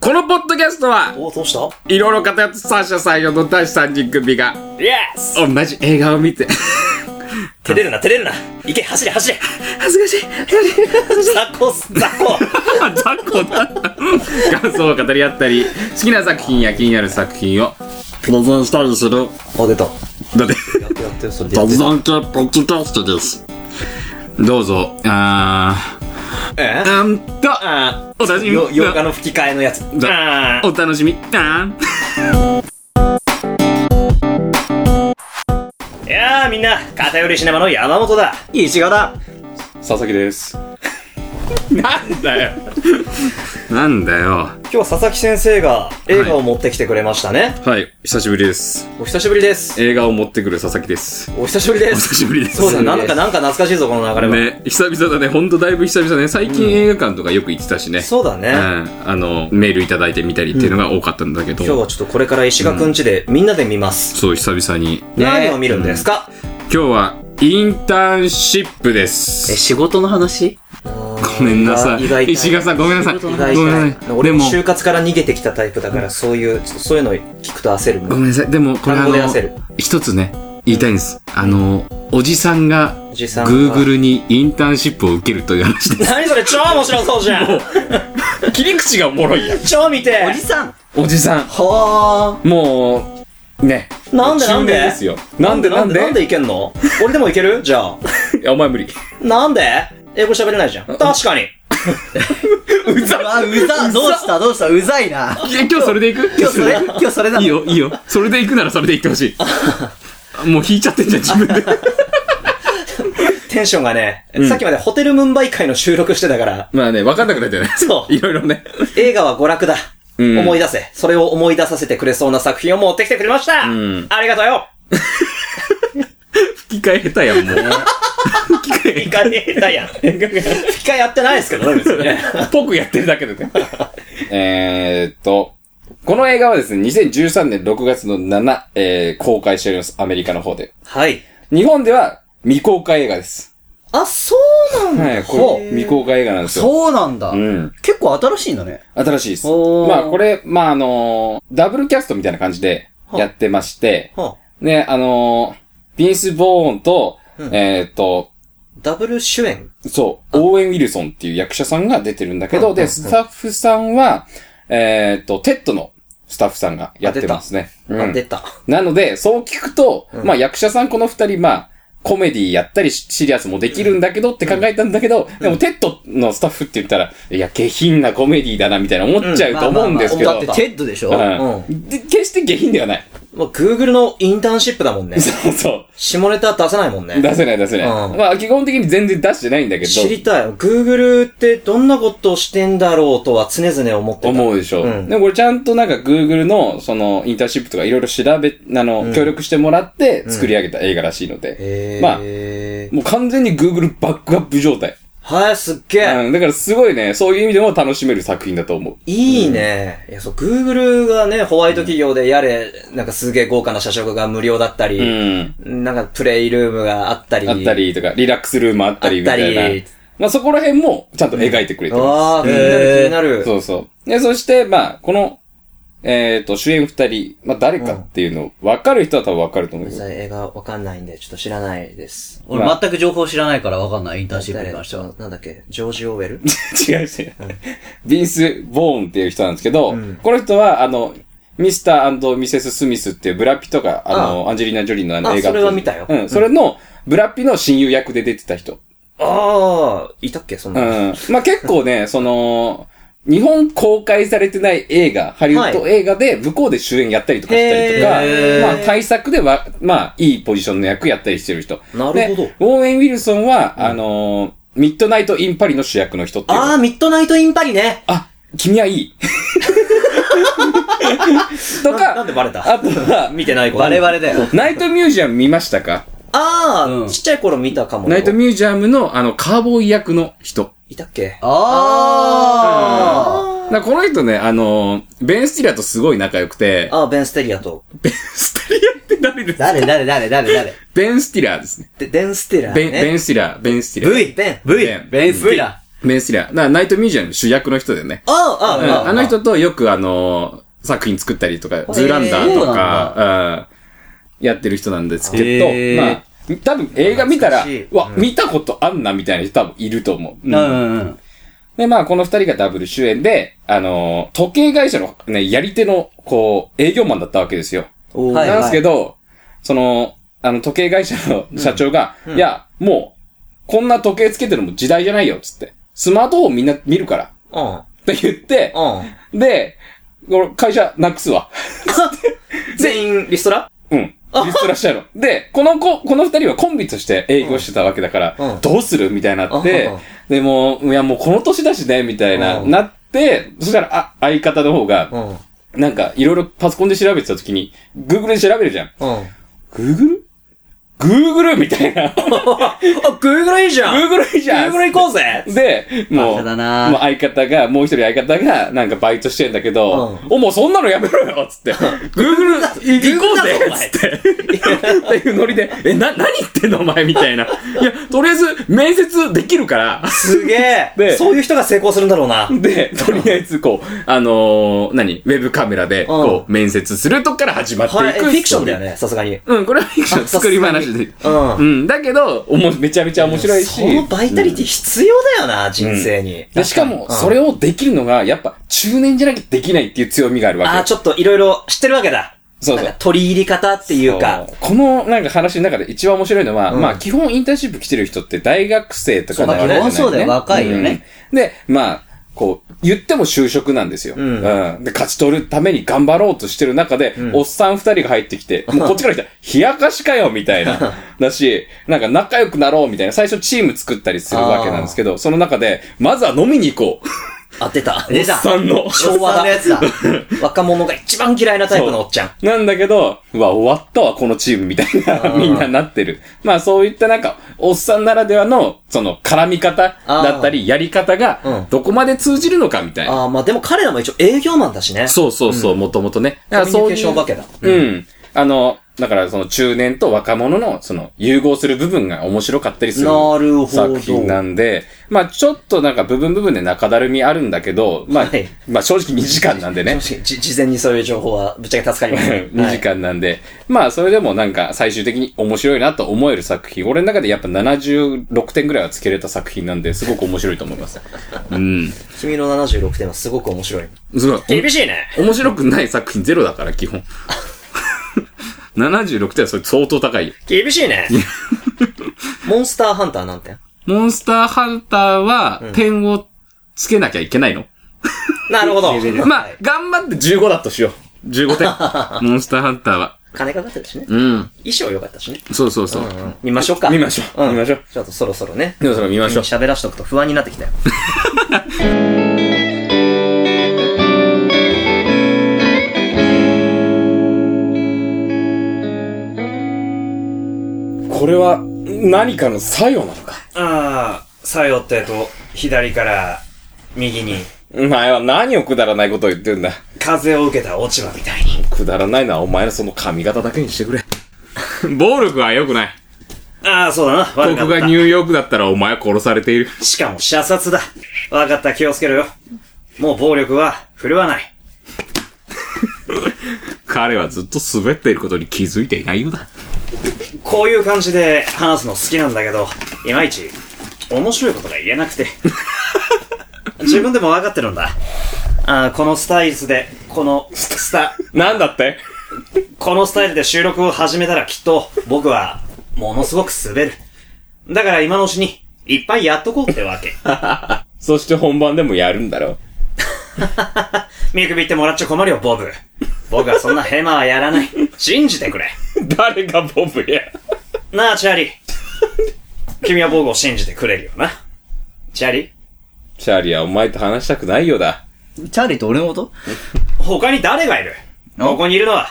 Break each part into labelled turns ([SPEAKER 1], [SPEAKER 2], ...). [SPEAKER 1] このポッドキャストは、
[SPEAKER 2] おどうした
[SPEAKER 1] いろいろ偏った三者三様の男子三人組が、
[SPEAKER 2] イエス
[SPEAKER 1] 同じ映画を見て、
[SPEAKER 2] 照れるな、照れるな。行け、走れ、走れ。
[SPEAKER 1] 恥ずかしい、恥ずかしい、
[SPEAKER 2] 雑魚、雑魚。
[SPEAKER 1] 雑魚だ。感想を語り合ったり、好きな作品や気になる作品を、プレゼンしたりする。
[SPEAKER 2] あ、出た。
[SPEAKER 1] だって、
[SPEAKER 2] やってやってよ、それで。
[SPEAKER 1] 雑談系ポッドキャストです。どうぞ、あ
[SPEAKER 2] え
[SPEAKER 1] ー、うんと、
[SPEAKER 2] あ
[SPEAKER 1] お楽しみ。
[SPEAKER 2] よ8日の吹き替えのやつ。
[SPEAKER 1] 雑
[SPEAKER 2] あー
[SPEAKER 1] お楽しみ。あー
[SPEAKER 2] いやーみんな、偏りシネマの山本だ。いちごだ。
[SPEAKER 1] 佐々木です。なんだよ。なんだよ。
[SPEAKER 2] 今日は佐々木先生が映画を持ってきてくれましたね。
[SPEAKER 1] はい、久しぶりです。
[SPEAKER 2] お久しぶりです。
[SPEAKER 1] 映画を持ってくる佐々木です。
[SPEAKER 2] お久しぶりで
[SPEAKER 1] お久
[SPEAKER 2] す。
[SPEAKER 1] しぶりです。
[SPEAKER 2] そうだ、なんか、なんか懐かしいぞ、この流れは。
[SPEAKER 1] ね、久々だね、ほんとだいぶ久々ね、最近映画館とかよく行ってたしね。
[SPEAKER 2] そうだ
[SPEAKER 1] う
[SPEAKER 2] ね。
[SPEAKER 1] ん、あの、メールいただいてみたりっていうのが多かったんだけど、
[SPEAKER 2] 今日はちょっとこれから石賀くん家でみんなで見ます。
[SPEAKER 1] そう、久々に。
[SPEAKER 3] ね
[SPEAKER 2] 何を見るんですか
[SPEAKER 1] 今日は、インターンシップで
[SPEAKER 3] え、
[SPEAKER 1] す。
[SPEAKER 3] 仕事の話
[SPEAKER 1] ごめんなさ
[SPEAKER 2] 意外
[SPEAKER 1] い。
[SPEAKER 2] と
[SPEAKER 1] 石川さん、ごめんなさい。
[SPEAKER 3] 仕
[SPEAKER 1] ご
[SPEAKER 3] 事
[SPEAKER 1] め
[SPEAKER 3] の
[SPEAKER 1] んな
[SPEAKER 3] 話
[SPEAKER 1] さい。
[SPEAKER 2] 俺
[SPEAKER 1] で
[SPEAKER 2] も
[SPEAKER 1] も、
[SPEAKER 2] 就活から逃げてきたタイプだから、そういう、ちょっとそういうの聞くと焦るも
[SPEAKER 1] ご
[SPEAKER 2] ん。
[SPEAKER 1] めんなさい。でも、これあ
[SPEAKER 2] 単
[SPEAKER 1] の
[SPEAKER 2] 語で焦る、
[SPEAKER 1] 一つね、言いたいんです。あの、おじさんが、
[SPEAKER 2] おじさんは
[SPEAKER 1] Google にインターンシップを受けるという話 で
[SPEAKER 2] 何それ超面白そうじゃん
[SPEAKER 1] 切り口がおもろいや
[SPEAKER 2] 超見て
[SPEAKER 3] おじさん
[SPEAKER 1] おじさん、
[SPEAKER 2] は
[SPEAKER 1] もう、ね。
[SPEAKER 2] あ。なんでな
[SPEAKER 1] 中
[SPEAKER 2] ん
[SPEAKER 1] 年
[SPEAKER 2] で
[SPEAKER 1] ですよ。なんでなんで
[SPEAKER 2] なんでいけんの俺でもいけ るじゃあ。
[SPEAKER 1] いや、お前無理。
[SPEAKER 2] なんで英語喋れないじゃん。確かに。
[SPEAKER 1] うざ
[SPEAKER 3] うわ、うざどうしたどうしたうざいな。
[SPEAKER 1] い や今日それでいく
[SPEAKER 3] 今日 それ、今日それない
[SPEAKER 1] い。よ、いいよ。それで行くならそれで行ってほし い。もう引いちゃってんじゃん、自分で。
[SPEAKER 2] テンションがね、
[SPEAKER 1] ん
[SPEAKER 2] さっきまでホテルムンバイ会の収録してたから、
[SPEAKER 1] まあね、分かんなくなっちゃうね。
[SPEAKER 2] そう
[SPEAKER 1] いろいろね。
[SPEAKER 2] 映画は娯楽だ。
[SPEAKER 1] うん
[SPEAKER 2] 思い出せ。それを思い出させてくれそうな作品を持ってきてくれました、
[SPEAKER 1] ん
[SPEAKER 2] ありがとうよ
[SPEAKER 1] 吹き替え下手やん、もう。吹き替
[SPEAKER 2] いかねえだやん。機械やってないですけどね、 別にね。
[SPEAKER 1] ぽくやってるだけで ね。えーっと、この映画はですね、2013年6月の7、えー、公開しております。アメリカの方で。
[SPEAKER 2] はい。
[SPEAKER 1] 日本では未公開映画です。
[SPEAKER 3] あ、そうなんだ。
[SPEAKER 1] はい、こ
[SPEAKER 3] ほ
[SPEAKER 1] れ
[SPEAKER 3] う
[SPEAKER 1] 未公開映画なんですよ。
[SPEAKER 3] そうなんだ
[SPEAKER 1] う。ん。
[SPEAKER 3] 結構新しいんだね。
[SPEAKER 1] 新しいです。
[SPEAKER 3] おー
[SPEAKER 1] まあこれ、まああのーダブルキャストみたいな感じでやってまして、
[SPEAKER 2] は
[SPEAKER 1] ね、あのービンス・ボーンと、えーっと、
[SPEAKER 2] ダブル主演
[SPEAKER 1] そう、オーエン・ウィルソンっていう役者さんが出てるんだけど、で、スタッフさんは、えーっと、テッドのスタッフさんがやってますね。う
[SPEAKER 2] が
[SPEAKER 1] ん
[SPEAKER 2] 出た。
[SPEAKER 1] なので、そう聞くと、まあ役者さんこの二人、まあ、コメディやったりしシリアスもできるんだけどって考えたんだけど、でもテッドのスタッフって言ったら、いや、下品なコメディだなみたいな思っちゃうと思うんですけど
[SPEAKER 3] まあまあまあだっ。てテッドでしょ
[SPEAKER 1] うんで決して下品ではない。。
[SPEAKER 2] まあ、Google のインターンシップだもん ね
[SPEAKER 1] そうそう。
[SPEAKER 2] 下ネタ出せないもんね。
[SPEAKER 1] 出せない出せない。
[SPEAKER 2] うん
[SPEAKER 1] まあ基本的に全然出してないんだけ
[SPEAKER 2] 知
[SPEAKER 1] ど、
[SPEAKER 2] りたい。Google ってどんなことをしてんだろうとは常々思ってた。
[SPEAKER 1] 思うでしょ。
[SPEAKER 2] うん
[SPEAKER 1] でもこれちゃんとなんか Google のそのインターンシップとかいろいろ調べ、あの、協力してもらって作り上げた映画らしいので、
[SPEAKER 2] へ
[SPEAKER 1] まあ、
[SPEAKER 2] ー。
[SPEAKER 1] もう完全に Google バックアップ状態。
[SPEAKER 2] はい、すっげえ。
[SPEAKER 1] うん、だからすごいね、そういう意味でも楽しめる作品だと思う。
[SPEAKER 2] いいね。いや、そう、Google がね、ホワイト企業でやれ、なんかすげえ豪華な社食が無料だった
[SPEAKER 1] う
[SPEAKER 2] り、
[SPEAKER 1] ん。
[SPEAKER 2] なんかプレイルームがあったり。
[SPEAKER 1] あった。りとか、リラックスルームあったりみたい
[SPEAKER 2] あった
[SPEAKER 1] な
[SPEAKER 2] り。
[SPEAKER 1] まあそこら辺もちゃんと描いてくれてま
[SPEAKER 2] わあ、気になる気になる。
[SPEAKER 1] す。そうそう。で、そして、まあ、この、えっ、と、主演二人、まあ誰かっていうの、わかる人は多分わかると思うけ
[SPEAKER 2] 実
[SPEAKER 1] ど。
[SPEAKER 2] 際映画わかんないんで、ちょっと知らないです。
[SPEAKER 3] 俺
[SPEAKER 1] まあ
[SPEAKER 3] 全く情報知らないからわかんない、インターンシップ
[SPEAKER 2] 誰
[SPEAKER 3] に
[SPEAKER 2] だ
[SPEAKER 3] 関しては。
[SPEAKER 2] なんだっけジョージ・オーウェル
[SPEAKER 1] 違う違う。ビンス・ボーンっていう人なんですけど、
[SPEAKER 2] うん
[SPEAKER 1] この人は、あの、ミスターミセス・スミスっていうブラピとか、あの、アンジェリーナ・ジョリーのあの
[SPEAKER 2] あ
[SPEAKER 1] 映画
[SPEAKER 2] それは見たよ
[SPEAKER 1] うん、それの、ブラピの親友役で出てた人。
[SPEAKER 2] ああ、いたっけそんなの。
[SPEAKER 1] うん。まあ、結構 ね、その、日本公開されてない映画、ハリウッド映画で向こうで主演やったりとかしたりとか、
[SPEAKER 2] へー
[SPEAKER 1] まあ、対策では、まあ、いいポジションの役やったりしてる人。
[SPEAKER 2] なるほど
[SPEAKER 1] でウォーエン・ウィルソンは、あのーミッドナイト・イン・パリの主役の人っていう。
[SPEAKER 2] ああ、ミッドナイト・イン・パリね。
[SPEAKER 1] あ、君はい い。と
[SPEAKER 2] ななん
[SPEAKER 1] か、
[SPEAKER 2] でバレた
[SPEAKER 1] あとは、
[SPEAKER 2] 見てない子。
[SPEAKER 3] バレバレだよ。
[SPEAKER 1] ナイトミュージアム見ましたか
[SPEAKER 2] ああ、
[SPEAKER 3] うん
[SPEAKER 2] ちっちゃい頃見たかも。
[SPEAKER 1] ナイトミュージアムのあのカーボーイ役の人。
[SPEAKER 2] いたっけ
[SPEAKER 3] あ
[SPEAKER 1] だからこの人ね、あのー、ベン・スティラとすごい仲良くて、
[SPEAKER 2] ああ、ベン・ステリアと。
[SPEAKER 1] ベン・スティラって誰で
[SPEAKER 3] ー。
[SPEAKER 1] す
[SPEAKER 3] 誰誰誰誰誰
[SPEAKER 1] ベン・スティラーですね。
[SPEAKER 2] でデン・ステリア、ね。
[SPEAKER 1] ベン、ベン・スティラー、ベン・スティラー。
[SPEAKER 3] V!
[SPEAKER 2] ベン。
[SPEAKER 3] V! ベンスティラ。
[SPEAKER 1] メン・スティラー。だからナイト・ミュージアムの主役の人だよね。
[SPEAKER 2] ああ、
[SPEAKER 1] う
[SPEAKER 2] あ
[SPEAKER 1] ん
[SPEAKER 2] あ、
[SPEAKER 1] あの人とよくあの、作品作ったりとか、ズーランダー
[SPEAKER 3] そう
[SPEAKER 1] と
[SPEAKER 3] なん
[SPEAKER 1] か、うん、やってる人なんですけど、
[SPEAKER 3] へー
[SPEAKER 1] まあ、多分映画見たら、
[SPEAKER 3] 懐かしいう
[SPEAKER 1] わ、見たことあんなみたいな人多分いると思う。う
[SPEAKER 3] うんんうん。
[SPEAKER 1] で、まあ、この二人がダブル主演で、あのー時計会社のね、やり手の、こう、営業マンだったわけですよ。
[SPEAKER 2] おー
[SPEAKER 3] はい
[SPEAKER 1] なんですけど、その、あの、時計会社の社長が、いや、もう、こんな時計つけてるのも時代じゃないよ、つって。スマートフォンみんな見るから。って言って、
[SPEAKER 2] うん。うん。
[SPEAKER 1] で、この会社なくすわ。
[SPEAKER 2] 全員リストラ
[SPEAKER 1] うん。リストラしちゃうの。で、この子、この二人はコンビとして営業してたわけだから、
[SPEAKER 2] うん
[SPEAKER 1] どうするみたいになって、
[SPEAKER 2] うん
[SPEAKER 1] で、もう、いや、もうこの年だしね、みたいな、
[SPEAKER 2] うん
[SPEAKER 1] なって、そしたら、あ、相方の方が、
[SPEAKER 2] ん。うん。
[SPEAKER 1] なんか、いろいろパソコンで調べてた時に、Google で調べるじゃん。
[SPEAKER 2] あ、
[SPEAKER 1] Google?Google? Google? みたい な。
[SPEAKER 2] Google いいじゃん
[SPEAKER 1] Google いいじゃん
[SPEAKER 2] !Google 行こうぜ
[SPEAKER 1] で、もう、
[SPEAKER 3] 馬鹿だな
[SPEAKER 1] もう相方が、もう一人相方が、なんかバイトしてんだけど、
[SPEAKER 2] う
[SPEAKER 1] お、もうそんなのやめろよっつって、Google 行こうぜっつって、っていうノリで、え、な、何言ってんのお前みたいな。いや、とりあえず面接できるから、
[SPEAKER 2] すげえ
[SPEAKER 1] で
[SPEAKER 2] そういう人が成功するんだろうな。
[SPEAKER 1] で、とりあえずこう、あのー何ウェブカメラで、こう、面接するとこから始まっていく。
[SPEAKER 2] はい、えフィクションだよ。ね、さすがに。
[SPEAKER 1] うん、これはフィクション、作り話で。
[SPEAKER 2] うん
[SPEAKER 1] うん、だけど、おも、めちゃめちゃ面白いし。
[SPEAKER 2] そのバイタリティ必要だよな、人生に。
[SPEAKER 1] で、しかも、
[SPEAKER 2] うん
[SPEAKER 1] それをできるのが、やっぱ、中年じゃなきゃできないっていう強みがあるわけ。
[SPEAKER 2] ああ、ちょっといろいろ知ってるわけだ。
[SPEAKER 1] そうそう
[SPEAKER 2] なんか取り入り方っていうか。
[SPEAKER 1] この、なんか話の中で一番面白いのは、
[SPEAKER 2] うん
[SPEAKER 1] まあ、基本インターンシップ来てる人って大学生とか
[SPEAKER 3] そうだ
[SPEAKER 1] わけじゃ
[SPEAKER 3] そう
[SPEAKER 1] ない
[SPEAKER 3] だよ若いよね。
[SPEAKER 1] うんで、まあ、こう、言っても就職なんですよ。
[SPEAKER 2] うん
[SPEAKER 1] うんで、勝ち取るために頑張ろうとしてる中で、おっさん二人が入ってき て、もうこっちから来たら、冷やかしかよみたいな。だし、なんか仲良くなろうみたいな。最初チーム作ったりするわけなんですけど、その中で、まずは飲みに行こう。
[SPEAKER 2] あ、出た。
[SPEAKER 3] 出
[SPEAKER 1] お
[SPEAKER 3] た
[SPEAKER 1] っさんの。
[SPEAKER 2] 昭和だ。
[SPEAKER 3] おっさんの
[SPEAKER 2] 若者が一番嫌いなタイプのおっちゃん。
[SPEAKER 1] なんだけど、うわ、終わったわ、このチームみたいな、みんななってる。まあそういったなんか、おっさんならではの、その、絡み方だったり、やり方
[SPEAKER 2] うん
[SPEAKER 1] が、どこまで通じるのかみたいな。
[SPEAKER 2] ああ、まあでも彼らも一応営業マンだしね。
[SPEAKER 1] そうそうそう、もともとね。だから
[SPEAKER 2] コ
[SPEAKER 1] そう
[SPEAKER 2] ミュニケーションお化けだ。
[SPEAKER 1] いう、うん。あの、だからその中年と若者の、その、融合する部分が面白かったりする。
[SPEAKER 2] なるほど
[SPEAKER 1] 作品なんで、まあちょっとなんか部分部分で中だるみあるんだけど、まあ、
[SPEAKER 2] はい
[SPEAKER 1] まあ正直2時間なんでね。
[SPEAKER 2] じ事前にそういう情報はぶっちゃけ助かります。
[SPEAKER 1] 2時間なんで、まあそれでもなんか最終的に面白いなと思える作品。俺の中でやっぱ76点ぐらいはつけれた作品なんで、すごく面白いと思います。うん。
[SPEAKER 2] 君の76点はすごく面白い。
[SPEAKER 1] すごい。
[SPEAKER 2] 厳しいね。
[SPEAKER 1] お面白くない作品ゼロだから、基本。76点はそれ相当高いよ。
[SPEAKER 2] 厳しいね。 モンスターハンターなんて。
[SPEAKER 1] モンスターハンターは点をつけなきゃいけないの、
[SPEAKER 2] なるほど。
[SPEAKER 1] まあ
[SPEAKER 2] はい、
[SPEAKER 1] 頑張って15だとしよう。15点。モンス ターハンターは。
[SPEAKER 2] 金かかってたしね。
[SPEAKER 1] うん。
[SPEAKER 2] 衣装良かったしね。
[SPEAKER 1] そうそうそう。
[SPEAKER 2] 見ましょうか。
[SPEAKER 1] 見ましょう見ましょう。
[SPEAKER 2] ちょっとそろそろね。
[SPEAKER 1] でもそれ見ましょう。
[SPEAKER 2] 喋らしとくと不安になってきたよ。
[SPEAKER 1] これは何かの作用なのか。
[SPEAKER 2] ああ、作用ってと、左から右に
[SPEAKER 1] お前は何をくだらないことを言ってんだ。
[SPEAKER 2] 風を受けた落ち葉みたいに。
[SPEAKER 1] くだらないのはお前のその髪型だけにしてくれ。暴力は良くない。
[SPEAKER 2] ああ、そうだな。悪か
[SPEAKER 1] 僕
[SPEAKER 2] っ
[SPEAKER 1] が
[SPEAKER 2] た
[SPEAKER 1] ニ。ューヨークだったらお前は殺されている。
[SPEAKER 2] しかも射殺だ。わかった、気をつけろよ。もう暴力は振るわない。
[SPEAKER 1] 彼はずっと滑っていることに気づいていないようだ。
[SPEAKER 2] こういう感じで話すの好きなんだけど、いまいち面白いことが言えなくて。自分でも分かってるんだ。あーこのスタイルで、このスタ、
[SPEAKER 1] なんだって
[SPEAKER 2] このスタイルで収録を始めたらきっと僕はものすごく滑る。だから今のうちにいっぱいやっとこうってわけ。
[SPEAKER 1] そして本番でもやるんだろ
[SPEAKER 2] 見くびってもらっちゃ困るよ、ボブ。僕はそんなヘマはやらない。信じてくれ。
[SPEAKER 1] う。誰がボブや。
[SPEAKER 2] なあ、チャーリー。君は僕を信じてくれるよな。チャーリー
[SPEAKER 1] チャーリーはお前と話したくないようだ。
[SPEAKER 3] チャーリーと俺のこと
[SPEAKER 2] 他に誰がいる
[SPEAKER 3] お
[SPEAKER 2] ここにいるのは、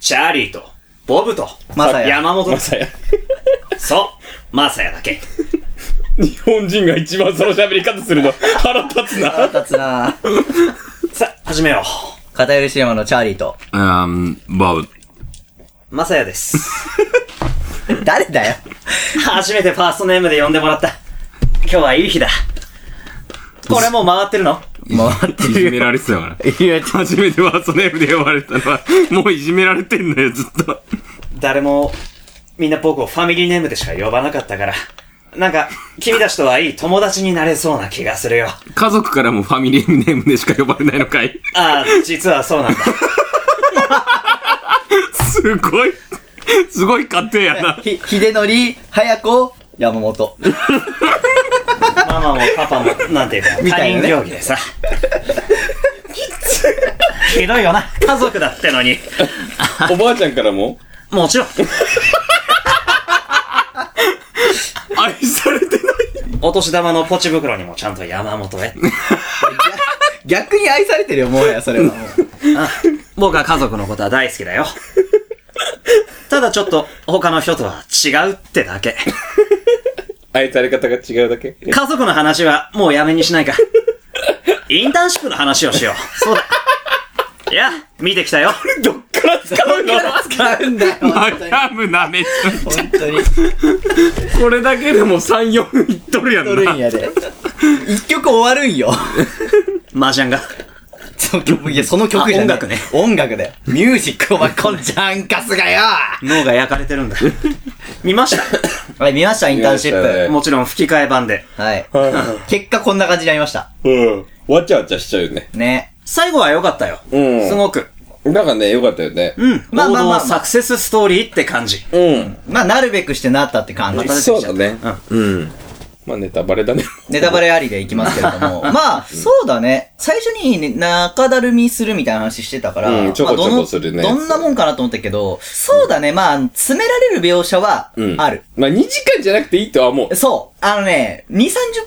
[SPEAKER 2] チャーリーと、ボブと、
[SPEAKER 3] マサヤ
[SPEAKER 2] 山本
[SPEAKER 1] ま、さや。
[SPEAKER 2] そう、マサヤだけ。
[SPEAKER 1] 日本人が一番その喋り方するの腹立つな。
[SPEAKER 3] 立つな
[SPEAKER 2] さ、始めよ
[SPEAKER 3] 片寄シ山のチャーリーと。
[SPEAKER 1] うん、ボブ。
[SPEAKER 2] う。マサヤです。
[SPEAKER 3] 誰だよ
[SPEAKER 2] 初めてファーストネームで呼んでもらった。今日はいい日だ。これもう回ってるの
[SPEAKER 3] 回って
[SPEAKER 4] いじ
[SPEAKER 3] る
[SPEAKER 4] め
[SPEAKER 3] よ。
[SPEAKER 4] られてたよ、 俺。
[SPEAKER 3] いや、ちょ
[SPEAKER 4] 初めてワーストネームで呼ばれたのは、もういじめられてんだよ、ずっと。
[SPEAKER 2] 誰も、みんな僕をファミリーネームでしか呼ばなかったから。なんか、君たちとはいい友達になれそうな気がするよ。
[SPEAKER 4] 家族からもファミリーネームでしか呼ばれないのかい
[SPEAKER 2] ああ、実はそうなんだ。
[SPEAKER 4] すごい。すごい家庭やな。
[SPEAKER 3] ひ、ひでのり、はやこ、山本。
[SPEAKER 2] ママもパパも、なんていうか、
[SPEAKER 3] み
[SPEAKER 2] 他
[SPEAKER 3] たい
[SPEAKER 2] 人
[SPEAKER 3] なね
[SPEAKER 2] 行儀でさ。ひどいよな。家族だってのに。
[SPEAKER 1] おばあちゃんからも
[SPEAKER 2] もちろん、
[SPEAKER 4] 愛されてない。
[SPEAKER 2] お年玉のポチ袋にもちゃんと山本へ。
[SPEAKER 3] 逆に愛されてるよ、もうや、それはもう。
[SPEAKER 2] あ僕は家族のことは大好きだよ。ただちょっと、他の人とは違うってだけ。
[SPEAKER 1] 愛され方が違うだけ
[SPEAKER 2] 家族の話はもうやめにしないか。インターンシップの話をしよう。そうだ。いや、見てきたよ。
[SPEAKER 1] どっから使うの
[SPEAKER 3] 使うんだよ、本当に。
[SPEAKER 4] 悩むな、めっち
[SPEAKER 3] 本当に。
[SPEAKER 4] ゃ。これだけでも3、4分いっとるやんな。
[SPEAKER 3] 取るんやで。一曲終わるんよ。
[SPEAKER 2] 麻雀が。
[SPEAKER 3] その曲、いや、その曲じゃな
[SPEAKER 2] あ
[SPEAKER 3] い
[SPEAKER 2] 音楽ね。
[SPEAKER 3] 音楽だよ。ミュージックを巻き込んじゃんかすがよ
[SPEAKER 2] 脳が焼かれてるん だ。見ました。
[SPEAKER 3] はい、見ました、インターンシ
[SPEAKER 1] 見ました
[SPEAKER 3] ッ
[SPEAKER 1] ね
[SPEAKER 2] もちろん吹き替え版で。
[SPEAKER 3] プ。はい。結果こんな感じになりました。
[SPEAKER 1] うん。わちゃわちゃしちゃうよね。
[SPEAKER 3] ね。
[SPEAKER 2] 最後は良かったよ。
[SPEAKER 1] うん
[SPEAKER 2] すごく。
[SPEAKER 1] なんかね、よかったよね。
[SPEAKER 2] うん。ま
[SPEAKER 3] まあ
[SPEAKER 2] あ
[SPEAKER 3] ま
[SPEAKER 2] ま
[SPEAKER 3] あ
[SPEAKER 2] あ
[SPEAKER 3] まあ
[SPEAKER 2] サクセスストーリーって感じ。
[SPEAKER 1] うん。
[SPEAKER 3] まあ、なるべくしてなったって感じ。
[SPEAKER 1] そうだね。うん。まあネタバレだね。
[SPEAKER 3] ネタバレありでいきますけれ ども。まあ、そうだね。最初にね中だるみするみたいな話してたから。
[SPEAKER 1] うんちょこちょこ
[SPEAKER 3] まあどの
[SPEAKER 1] するね
[SPEAKER 3] どんなもんかなと思ったけど、そうだね。まあ、詰められる描写は
[SPEAKER 1] う、ん。
[SPEAKER 3] ある。。
[SPEAKER 1] まあ2時間じゃなくていいとは思う。
[SPEAKER 3] そう。あのね、2、30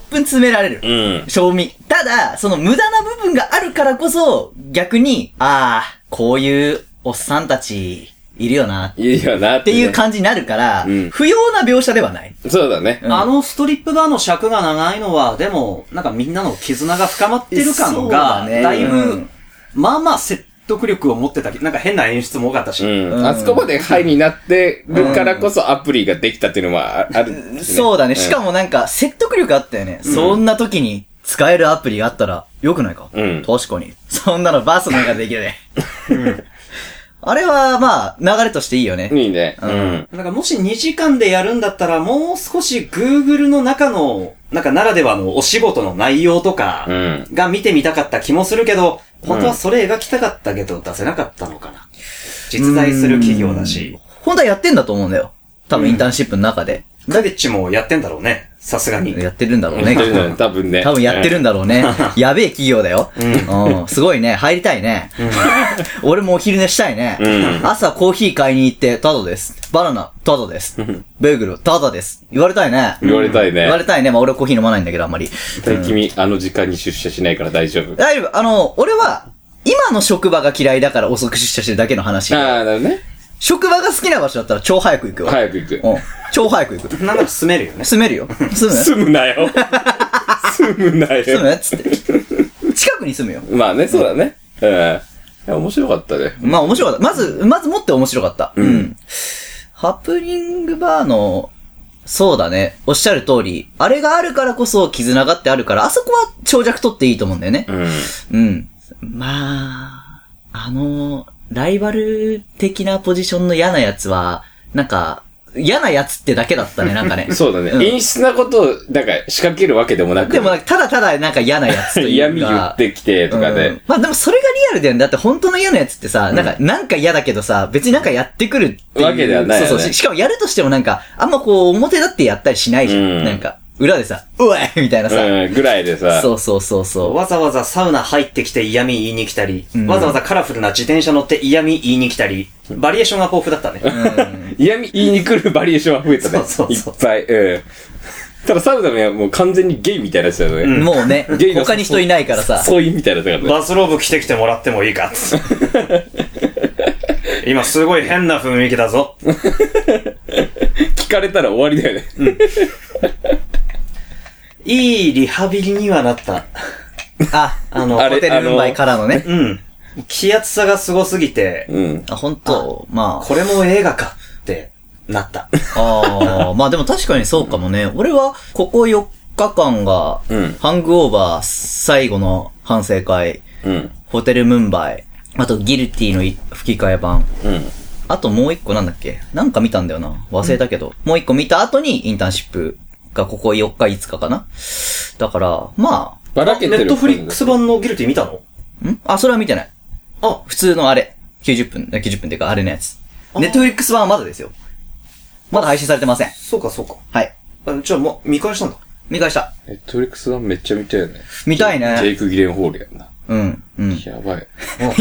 [SPEAKER 3] 分詰められる。
[SPEAKER 1] うん。
[SPEAKER 3] 賞味。ただ、その無駄な部分があるからこそ、逆に、ああ、こういうおっさんたち、いるよな、っ
[SPEAKER 1] いいよなっててね。
[SPEAKER 3] いう感じになるから、
[SPEAKER 1] うん
[SPEAKER 3] 不要な描写ではない。
[SPEAKER 1] そうだね。
[SPEAKER 3] あ
[SPEAKER 2] のストリップバーの尺が長いのは、でも、なんかみんなの絆が深まって
[SPEAKER 3] る感がそうだねだいぶうん
[SPEAKER 2] まあまあ説得力を持ってたけど、なんか変な演出も多かったし
[SPEAKER 1] うん。あそこまでハイになってるからこそアプリができたっていうのはああるね、
[SPEAKER 3] そうだね。しか
[SPEAKER 1] も。
[SPEAKER 3] もなんか、説得力あったよね。そんな時に、使えるアプリがあったら、よくないか
[SPEAKER 1] うん
[SPEAKER 3] 確かに。そんなのバスなんかでき るね。あれは、まあ、流れとしていいよね。
[SPEAKER 1] いいね。うん。
[SPEAKER 2] なんかもし2時間でやるんだったら、もう少し Google の中の、なんかならではのお仕事の内容とか
[SPEAKER 1] うん、
[SPEAKER 2] が見てみたかった気もするけど、本当はそれ描きたかったけど出せなかったのかな。実在する企業だし。
[SPEAKER 3] 本当はやってんだと思うんだよ。多分、インターンシップの中で。
[SPEAKER 2] ダビッチもやってんだろうね。さすがに。
[SPEAKER 3] やってるんだろう
[SPEAKER 1] やっ
[SPEAKER 3] ね、
[SPEAKER 1] てるんだ
[SPEAKER 3] き
[SPEAKER 1] よ
[SPEAKER 3] っと
[SPEAKER 1] ね多分ね。
[SPEAKER 3] 多分やってるんだろうね。 やべえ企業だよ。うん。すごいね。入りたいね。 俺もお昼寝したいね。朝コーヒー買いに行って、タダです。バナナ、タダです。ベーグル、タダです。言われたいね。
[SPEAKER 1] 言われたいね
[SPEAKER 3] 言われたいね。まあ俺コーヒー飲まないんだけど、あんまり。
[SPEAKER 1] 絶対君、あの時間に出社しないから大丈夫。
[SPEAKER 3] 大丈夫。あの、俺は、今の職場が嫌いだから遅く出社してるだけの話。
[SPEAKER 1] ああ、なるほどね。
[SPEAKER 3] 職場が好きな場所だったら超早く行くよ。
[SPEAKER 1] 早く行く。
[SPEAKER 3] うん。超早く行く。
[SPEAKER 2] なんなら進めるよね。
[SPEAKER 3] 住めるよ。住む
[SPEAKER 1] 住むな よ。住むな
[SPEAKER 3] 住
[SPEAKER 1] よ。
[SPEAKER 3] むつって。近くに住むよ。
[SPEAKER 1] まあね、そうだね。うん。いや、面白かったね。
[SPEAKER 3] まあ面白かった。まず、まずもって面白かった。うん。ハプニングバーの、そうだね。おっしゃる通り。あれがあるからこそ絆がってあるから、あそこは長尺取っていいと思うんだよね。
[SPEAKER 1] うん。。
[SPEAKER 3] うん。まあ、あの、ライバル的なポジションの嫌なやつは、なんか、嫌なやつってだけだったね、なんかね
[SPEAKER 1] そうだね。
[SPEAKER 3] うん
[SPEAKER 1] 陰湿なことを、なんか仕掛けるわけでもなく。
[SPEAKER 3] でも、ただただなんか嫌なやつというか。
[SPEAKER 1] 嫌味言ってきてとか
[SPEAKER 3] うん
[SPEAKER 1] ね。
[SPEAKER 3] まあでもそれがリアルだよね。だって本当の嫌なやつってさ、なんか、なんか嫌だけどさ、別になんかやってくるっていう。
[SPEAKER 1] わけではないよね
[SPEAKER 3] そうそうし。しかもやるとしてもなんか、あんまこう、表立ってやったりしないじゃ
[SPEAKER 1] う
[SPEAKER 3] ん。
[SPEAKER 1] ん
[SPEAKER 3] なんか、裏でさ、うわいみたいなさ。
[SPEAKER 1] うん、ぐらいでさ。
[SPEAKER 3] そうそうそうそ
[SPEAKER 2] わざわざサウナ入ってきて嫌味言いに来たり、
[SPEAKER 3] ん
[SPEAKER 2] わざわざカラフルな自転車乗って嫌味言いに来たり、バリエーションが豊富だったね。
[SPEAKER 1] 嫌味言いに来るバリエーションは増えたね。
[SPEAKER 2] そうそうそう
[SPEAKER 1] いっぱい。うん。ただサウナのはもう完全にゲイみたいな人だよ
[SPEAKER 3] う。
[SPEAKER 1] ね。
[SPEAKER 3] もうね
[SPEAKER 1] ゲイ、が
[SPEAKER 3] 他に人いないからさ。
[SPEAKER 1] そういうみたいな人だからね。
[SPEAKER 2] バスローブ着てきてもらってもいいかっつって。今すごい変な雰囲気だぞ。
[SPEAKER 1] 聞かれたら終わりだよね。
[SPEAKER 2] いいリハビリにはなった。
[SPEAKER 3] あ、
[SPEAKER 2] あ
[SPEAKER 3] あ
[SPEAKER 2] の
[SPEAKER 3] の、
[SPEAKER 1] あれ
[SPEAKER 3] ホテルムンバイからのね。
[SPEAKER 2] うん。気圧差がすごすぎて、
[SPEAKER 1] うん。
[SPEAKER 3] あ、本当まあ。
[SPEAKER 2] これも映画かってなった。
[SPEAKER 3] ああ、まあでも確かにそうかもね。俺は、ここ4日間が、
[SPEAKER 1] うん
[SPEAKER 3] ハングオーバー最後の反省会、
[SPEAKER 1] うん。
[SPEAKER 3] ホテルムンバイ、あとギルティのい吹き替え版、
[SPEAKER 1] うん。
[SPEAKER 3] あともう一個なんだっけなんか見たんだよな。忘れたけど。もう一個見た後にインターンシップがここ4日5日かな。だから、ま
[SPEAKER 1] ばらけて
[SPEAKER 2] ネ
[SPEAKER 1] る。
[SPEAKER 2] ットフリックス版のギルティ見たの
[SPEAKER 3] あ、んあ、それは見てない。
[SPEAKER 2] あ、
[SPEAKER 3] 普通のあれ。90分、え90分っていうかあれのやつ。ネットフリックス版はまだですよ。まだ配信されてません。
[SPEAKER 2] そうかそうか。
[SPEAKER 3] はい。
[SPEAKER 2] あじゃあもう見返したんだ。
[SPEAKER 3] 見返した。
[SPEAKER 1] ネットフリックス版めっちゃ見たいよね。
[SPEAKER 3] 見たい
[SPEAKER 1] ジェイ
[SPEAKER 3] ね。
[SPEAKER 1] ク・ギレンホールやんな。
[SPEAKER 3] うん。 うん。
[SPEAKER 1] やばい。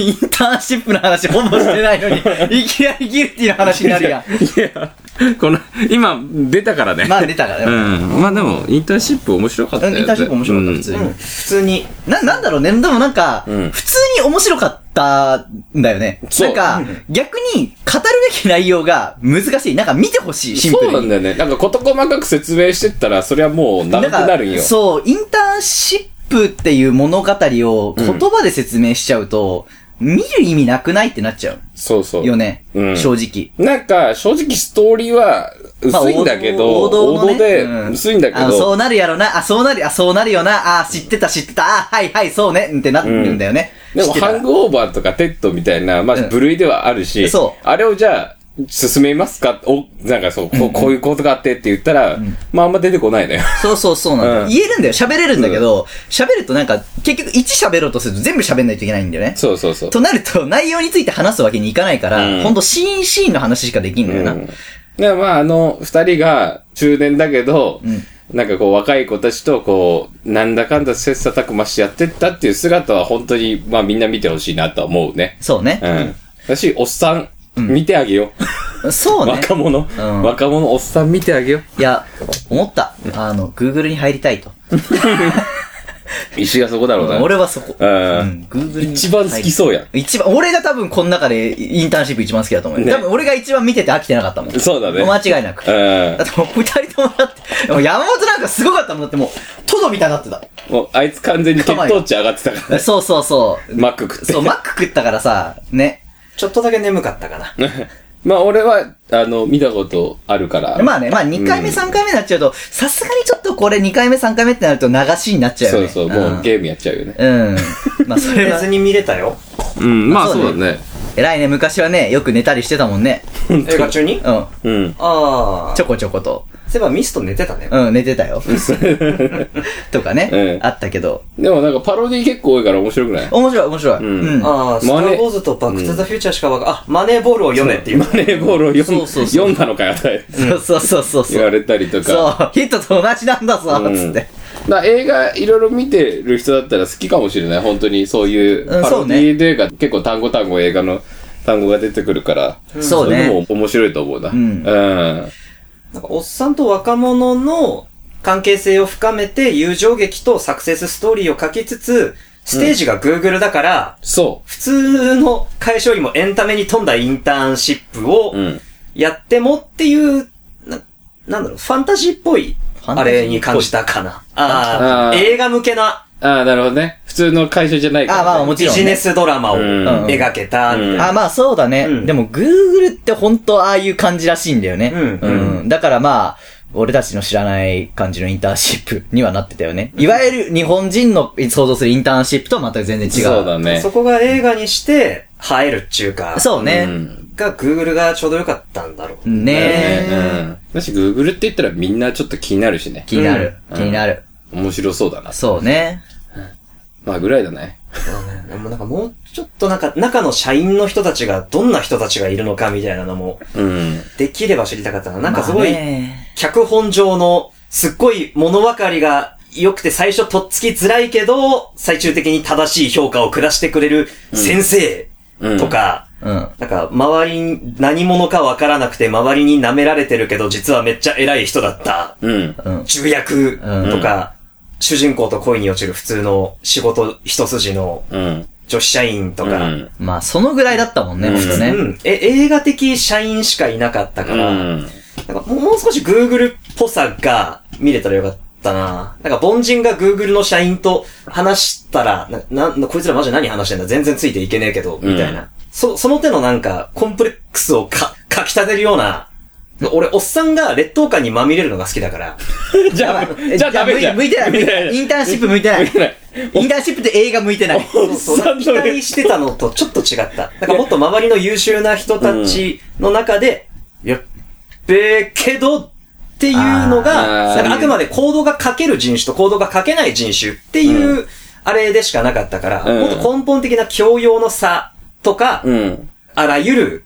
[SPEAKER 3] インターンシップの話ほぼしてないのに、いきなりギルティの話になるやん。
[SPEAKER 5] いや、この、今、出たからね。
[SPEAKER 3] まあ出たから
[SPEAKER 5] う
[SPEAKER 3] ね。
[SPEAKER 5] ん。まあでも、インターンシップ面白かった
[SPEAKER 3] う
[SPEAKER 5] よ
[SPEAKER 3] ん
[SPEAKER 5] ね。
[SPEAKER 3] インターンシップ面白かった、普通
[SPEAKER 2] う
[SPEAKER 3] に
[SPEAKER 2] ん。。普通に。
[SPEAKER 3] な、なんだろうね。でもなんか、
[SPEAKER 1] うん
[SPEAKER 3] 普通に面白かったんだよね。
[SPEAKER 1] そう
[SPEAKER 3] なんか、逆に語るべき内容が難しい。なんか見てほしい、シンプル
[SPEAKER 1] そ
[SPEAKER 3] に。
[SPEAKER 1] うなんだよね。なんか事細かく説明してったら、それはもう長くなるん
[SPEAKER 3] ん
[SPEAKER 1] よ
[SPEAKER 3] か。そう、インターンシップっていう物語を言葉で説明しちゃうと、見る意味なくないってなっちゃ
[SPEAKER 1] そうそうう。
[SPEAKER 3] よね。
[SPEAKER 1] うん
[SPEAKER 3] 正直。
[SPEAKER 1] なんか、正直ストーリーは薄いんだけど、
[SPEAKER 3] 王道のね
[SPEAKER 1] で
[SPEAKER 3] うん
[SPEAKER 1] 薄いんだけ
[SPEAKER 3] あ
[SPEAKER 1] ど、
[SPEAKER 3] そうなるやろな、あ、そうなる、あ、そうなるよな、あ、知ってた、知ってた、あ、はいはい、そうね、うんってなるんだよね。
[SPEAKER 1] でも、
[SPEAKER 3] 知ってた
[SPEAKER 1] ハングオーバーとかテッドみたいな、まあ
[SPEAKER 3] うん、
[SPEAKER 1] 部類ではあるし、
[SPEAKER 3] そ
[SPEAKER 1] あれをじゃあ、進めますかお、なんかそう、こうこういうことがあってって言ったら、まあ、あんま出てこない のよ。
[SPEAKER 3] そうそうそうなんだよ、
[SPEAKER 1] うん
[SPEAKER 3] 言えるんだよ。喋れるんだけど、喋、るとなんか、結局1喋ろうとすると全部喋んないといけないんだよね。
[SPEAKER 1] そうそうそう。
[SPEAKER 3] となると、内容について話すわけにいかないから、
[SPEAKER 1] うん
[SPEAKER 3] ほんとシーンシーンの話しかできんだよな。
[SPEAKER 1] うんで、まあ、あの、二人が中年だけど、なんかこう、若い子たちとこう、なんだかんだ切磋琢磨してやってったっていう姿は本当に、まあみんな見てほしいなとは思うね。
[SPEAKER 3] そう
[SPEAKER 1] う
[SPEAKER 3] ね。
[SPEAKER 1] ん。だし、おっさん、見てあげよ。
[SPEAKER 3] そううね。
[SPEAKER 1] 若者、
[SPEAKER 3] ん
[SPEAKER 1] 若者、おっさん見てあげよ
[SPEAKER 3] いや、思った。あの、Google に入りたいと。
[SPEAKER 1] う。石がそこだろうな。
[SPEAKER 3] 俺はそこ。
[SPEAKER 1] う
[SPEAKER 3] うんん、Google に。
[SPEAKER 1] 一番好き
[SPEAKER 3] う。
[SPEAKER 1] そうやん。
[SPEAKER 3] 一番、俺が多分この中でインターンシップ一番好きだと思うよ。
[SPEAKER 1] ね
[SPEAKER 3] 多分俺が一番見てて飽きてなかったもん。
[SPEAKER 1] そうだね。
[SPEAKER 3] 間違いなく。
[SPEAKER 1] うん
[SPEAKER 3] だってもう二人ともだって、もう山本なんかすごかったもんだってもう、トドみたいになってた。
[SPEAKER 1] もう、あいつ完全に血糖値上がってたから、
[SPEAKER 3] そうそうそう。
[SPEAKER 1] マック食って。
[SPEAKER 3] そう、マック食ったからさ、ね。
[SPEAKER 2] ちょっとだけ眠かったか な。
[SPEAKER 1] まあ俺は、あの、見たことあるから。
[SPEAKER 3] まあね、まあ2回目3回目になっちゃうと、さすがにちょっとこれ2回目3回目ってなると流しになっちゃうよ
[SPEAKER 1] そう
[SPEAKER 3] ね。
[SPEAKER 1] そう、
[SPEAKER 3] ん
[SPEAKER 1] もうゲームやっちゃうよね。
[SPEAKER 3] うん。まあそれ は
[SPEAKER 2] 別、に見れたよ。
[SPEAKER 5] うん、まあ
[SPEAKER 3] そ
[SPEAKER 5] そうう
[SPEAKER 3] だ
[SPEAKER 5] だ
[SPEAKER 3] ね
[SPEAKER 5] ね。
[SPEAKER 3] 偉いね、昔はね、よく寝たりしてたもんね。
[SPEAKER 2] 映画中に
[SPEAKER 3] うん。
[SPEAKER 1] うん。
[SPEAKER 2] ああ。
[SPEAKER 3] ちょこちょこと。
[SPEAKER 2] そういえばミスト寝てたね。
[SPEAKER 3] うん、寝 てたよ。とかね
[SPEAKER 1] う、ん
[SPEAKER 3] あったけど。
[SPEAKER 1] でもなんかパロディ結構多いから面白くない
[SPEAKER 3] 面白い、面白い。
[SPEAKER 1] ん
[SPEAKER 3] うん。
[SPEAKER 2] ああ、スタ
[SPEAKER 1] マネ
[SPEAKER 2] ー・ウォーズとバック・トゥ・ザ・フューチャーしかわかん、あ、マネーボールを読め っていう。
[SPEAKER 1] マネーボールを読
[SPEAKER 3] そ
[SPEAKER 1] ん
[SPEAKER 3] うそうそう
[SPEAKER 1] 読んだのかよって
[SPEAKER 3] そうそうそう
[SPEAKER 1] 言
[SPEAKER 3] そ
[SPEAKER 1] わ
[SPEAKER 3] う。
[SPEAKER 1] れたりと
[SPEAKER 3] そ
[SPEAKER 1] か。
[SPEAKER 3] う、ヒットと同じなんだぞ、つって。
[SPEAKER 1] だから映画いろいろ見てる人だったら好きかもしれない。本当にそういう
[SPEAKER 3] うん
[SPEAKER 1] パ
[SPEAKER 3] そう
[SPEAKER 1] ロ
[SPEAKER 3] ね
[SPEAKER 1] ディ映画、結構単語単語映画の単語が出てくるから。
[SPEAKER 3] そうね
[SPEAKER 1] れも面白いと思うな。うんうん。
[SPEAKER 2] なんかおっさんと若者の関係性を深めて、友情劇とサクセスストーリーを書きつつ、ステージが Google だから、
[SPEAKER 1] そ
[SPEAKER 2] 普通の会社よりもエンタメに富んだインターンシップを
[SPEAKER 1] う。うん。
[SPEAKER 2] やってもっていう、な、なんだろう、ファンタジーっぽい、
[SPEAKER 3] ファン
[SPEAKER 2] あ
[SPEAKER 3] タジーっぽい
[SPEAKER 2] れに感じたかな。ああ
[SPEAKER 1] あー
[SPEAKER 2] 映画向けな
[SPEAKER 1] ああ、なるほどね。普通の会社じゃないから、
[SPEAKER 3] あ
[SPEAKER 1] ね。
[SPEAKER 3] まあも
[SPEAKER 2] ビ
[SPEAKER 3] ちろんね
[SPEAKER 2] ジネスドラマを
[SPEAKER 1] うん
[SPEAKER 2] 描けた、みたいな
[SPEAKER 1] うん
[SPEAKER 3] あ、まあそうだね。
[SPEAKER 2] うん
[SPEAKER 3] でも Google って本当ああいう感じらしいんだよね。。
[SPEAKER 2] うん
[SPEAKER 3] だからまあ、俺たちの知らない感じのインターンシップにはなってたよね。いわゆる日本人の想像するインターンシップとはまた全然違う。
[SPEAKER 1] そうだね
[SPEAKER 2] そ。こが映画にして、映えるっちゅうか。
[SPEAKER 3] そうね。
[SPEAKER 1] うん。
[SPEAKER 2] が、Google がちょうどよかったんだろう。
[SPEAKER 1] だよ
[SPEAKER 3] ね
[SPEAKER 1] ねうん。だし、Google って言ったらみんなちょっと気になるしね。
[SPEAKER 3] 気になる。
[SPEAKER 1] うん
[SPEAKER 3] 気になる。
[SPEAKER 1] 面白そうだな。
[SPEAKER 3] そうね。
[SPEAKER 1] まあぐらいだね。
[SPEAKER 2] そうねでもなんかもうちょっとなんか、中の社員の人たちが、どんな人たちがいるのかみたいなのも、
[SPEAKER 1] うん。
[SPEAKER 2] できれば知りたかったな。なんかすごい
[SPEAKER 3] まあ、ね
[SPEAKER 2] 脚本上の、すっごい物分かりが良くて最初とっつきづらいけど、最終的に正しい評価を下してくれる先生とか、
[SPEAKER 3] うん。
[SPEAKER 2] なんか、周りに何者かわからなくて、周りに舐められてるけど、実はめっちゃ偉い人だった。
[SPEAKER 1] うん。
[SPEAKER 2] 重役とか、主人公と恋に落ちる普通の仕事一筋の
[SPEAKER 1] うん。
[SPEAKER 2] 女子社員と
[SPEAKER 1] う
[SPEAKER 2] か、
[SPEAKER 1] ん。
[SPEAKER 3] まあ、そのぐらいだったもんね、
[SPEAKER 1] うん
[SPEAKER 3] ほんと
[SPEAKER 2] う
[SPEAKER 3] ね。
[SPEAKER 2] ん。え、映画的社員しかいなかったか
[SPEAKER 1] う
[SPEAKER 2] ら、
[SPEAKER 1] ん。
[SPEAKER 2] なんかもうもう少し Google っぽさが見れたらよかったな。なんか凡人が Google の社員と話したら、な、な、こいつらマジで何話してんだ全然ついていけねえけど、みたいな。
[SPEAKER 1] う
[SPEAKER 2] そ、その手のなんか、コンプレックスをか、かき立てるような俺、おっさんが劣等感にまみれるのが好きだから。
[SPEAKER 1] じゃ
[SPEAKER 3] や
[SPEAKER 1] あ
[SPEAKER 3] ば、い
[SPEAKER 1] じゃあダメじゃん。
[SPEAKER 3] 向いてな い、向いてない。インターンシップ向いてない。インターンシップって映画向いてない。
[SPEAKER 1] おっ
[SPEAKER 2] そう、
[SPEAKER 1] さん
[SPEAKER 2] 期
[SPEAKER 1] の
[SPEAKER 2] 待
[SPEAKER 1] 劣
[SPEAKER 2] してたのとちょっと違った。なんかもっと周りの優秀な人たちの中で、やっべーけどっていうの
[SPEAKER 1] あ
[SPEAKER 2] が、
[SPEAKER 1] ー
[SPEAKER 2] なんかあくまで行動が書ける人種と行動が書けない人種っていう、あれでしかなかったから、
[SPEAKER 1] うん
[SPEAKER 2] もっと根本的な教養の差とか、
[SPEAKER 1] うん。
[SPEAKER 2] あらゆる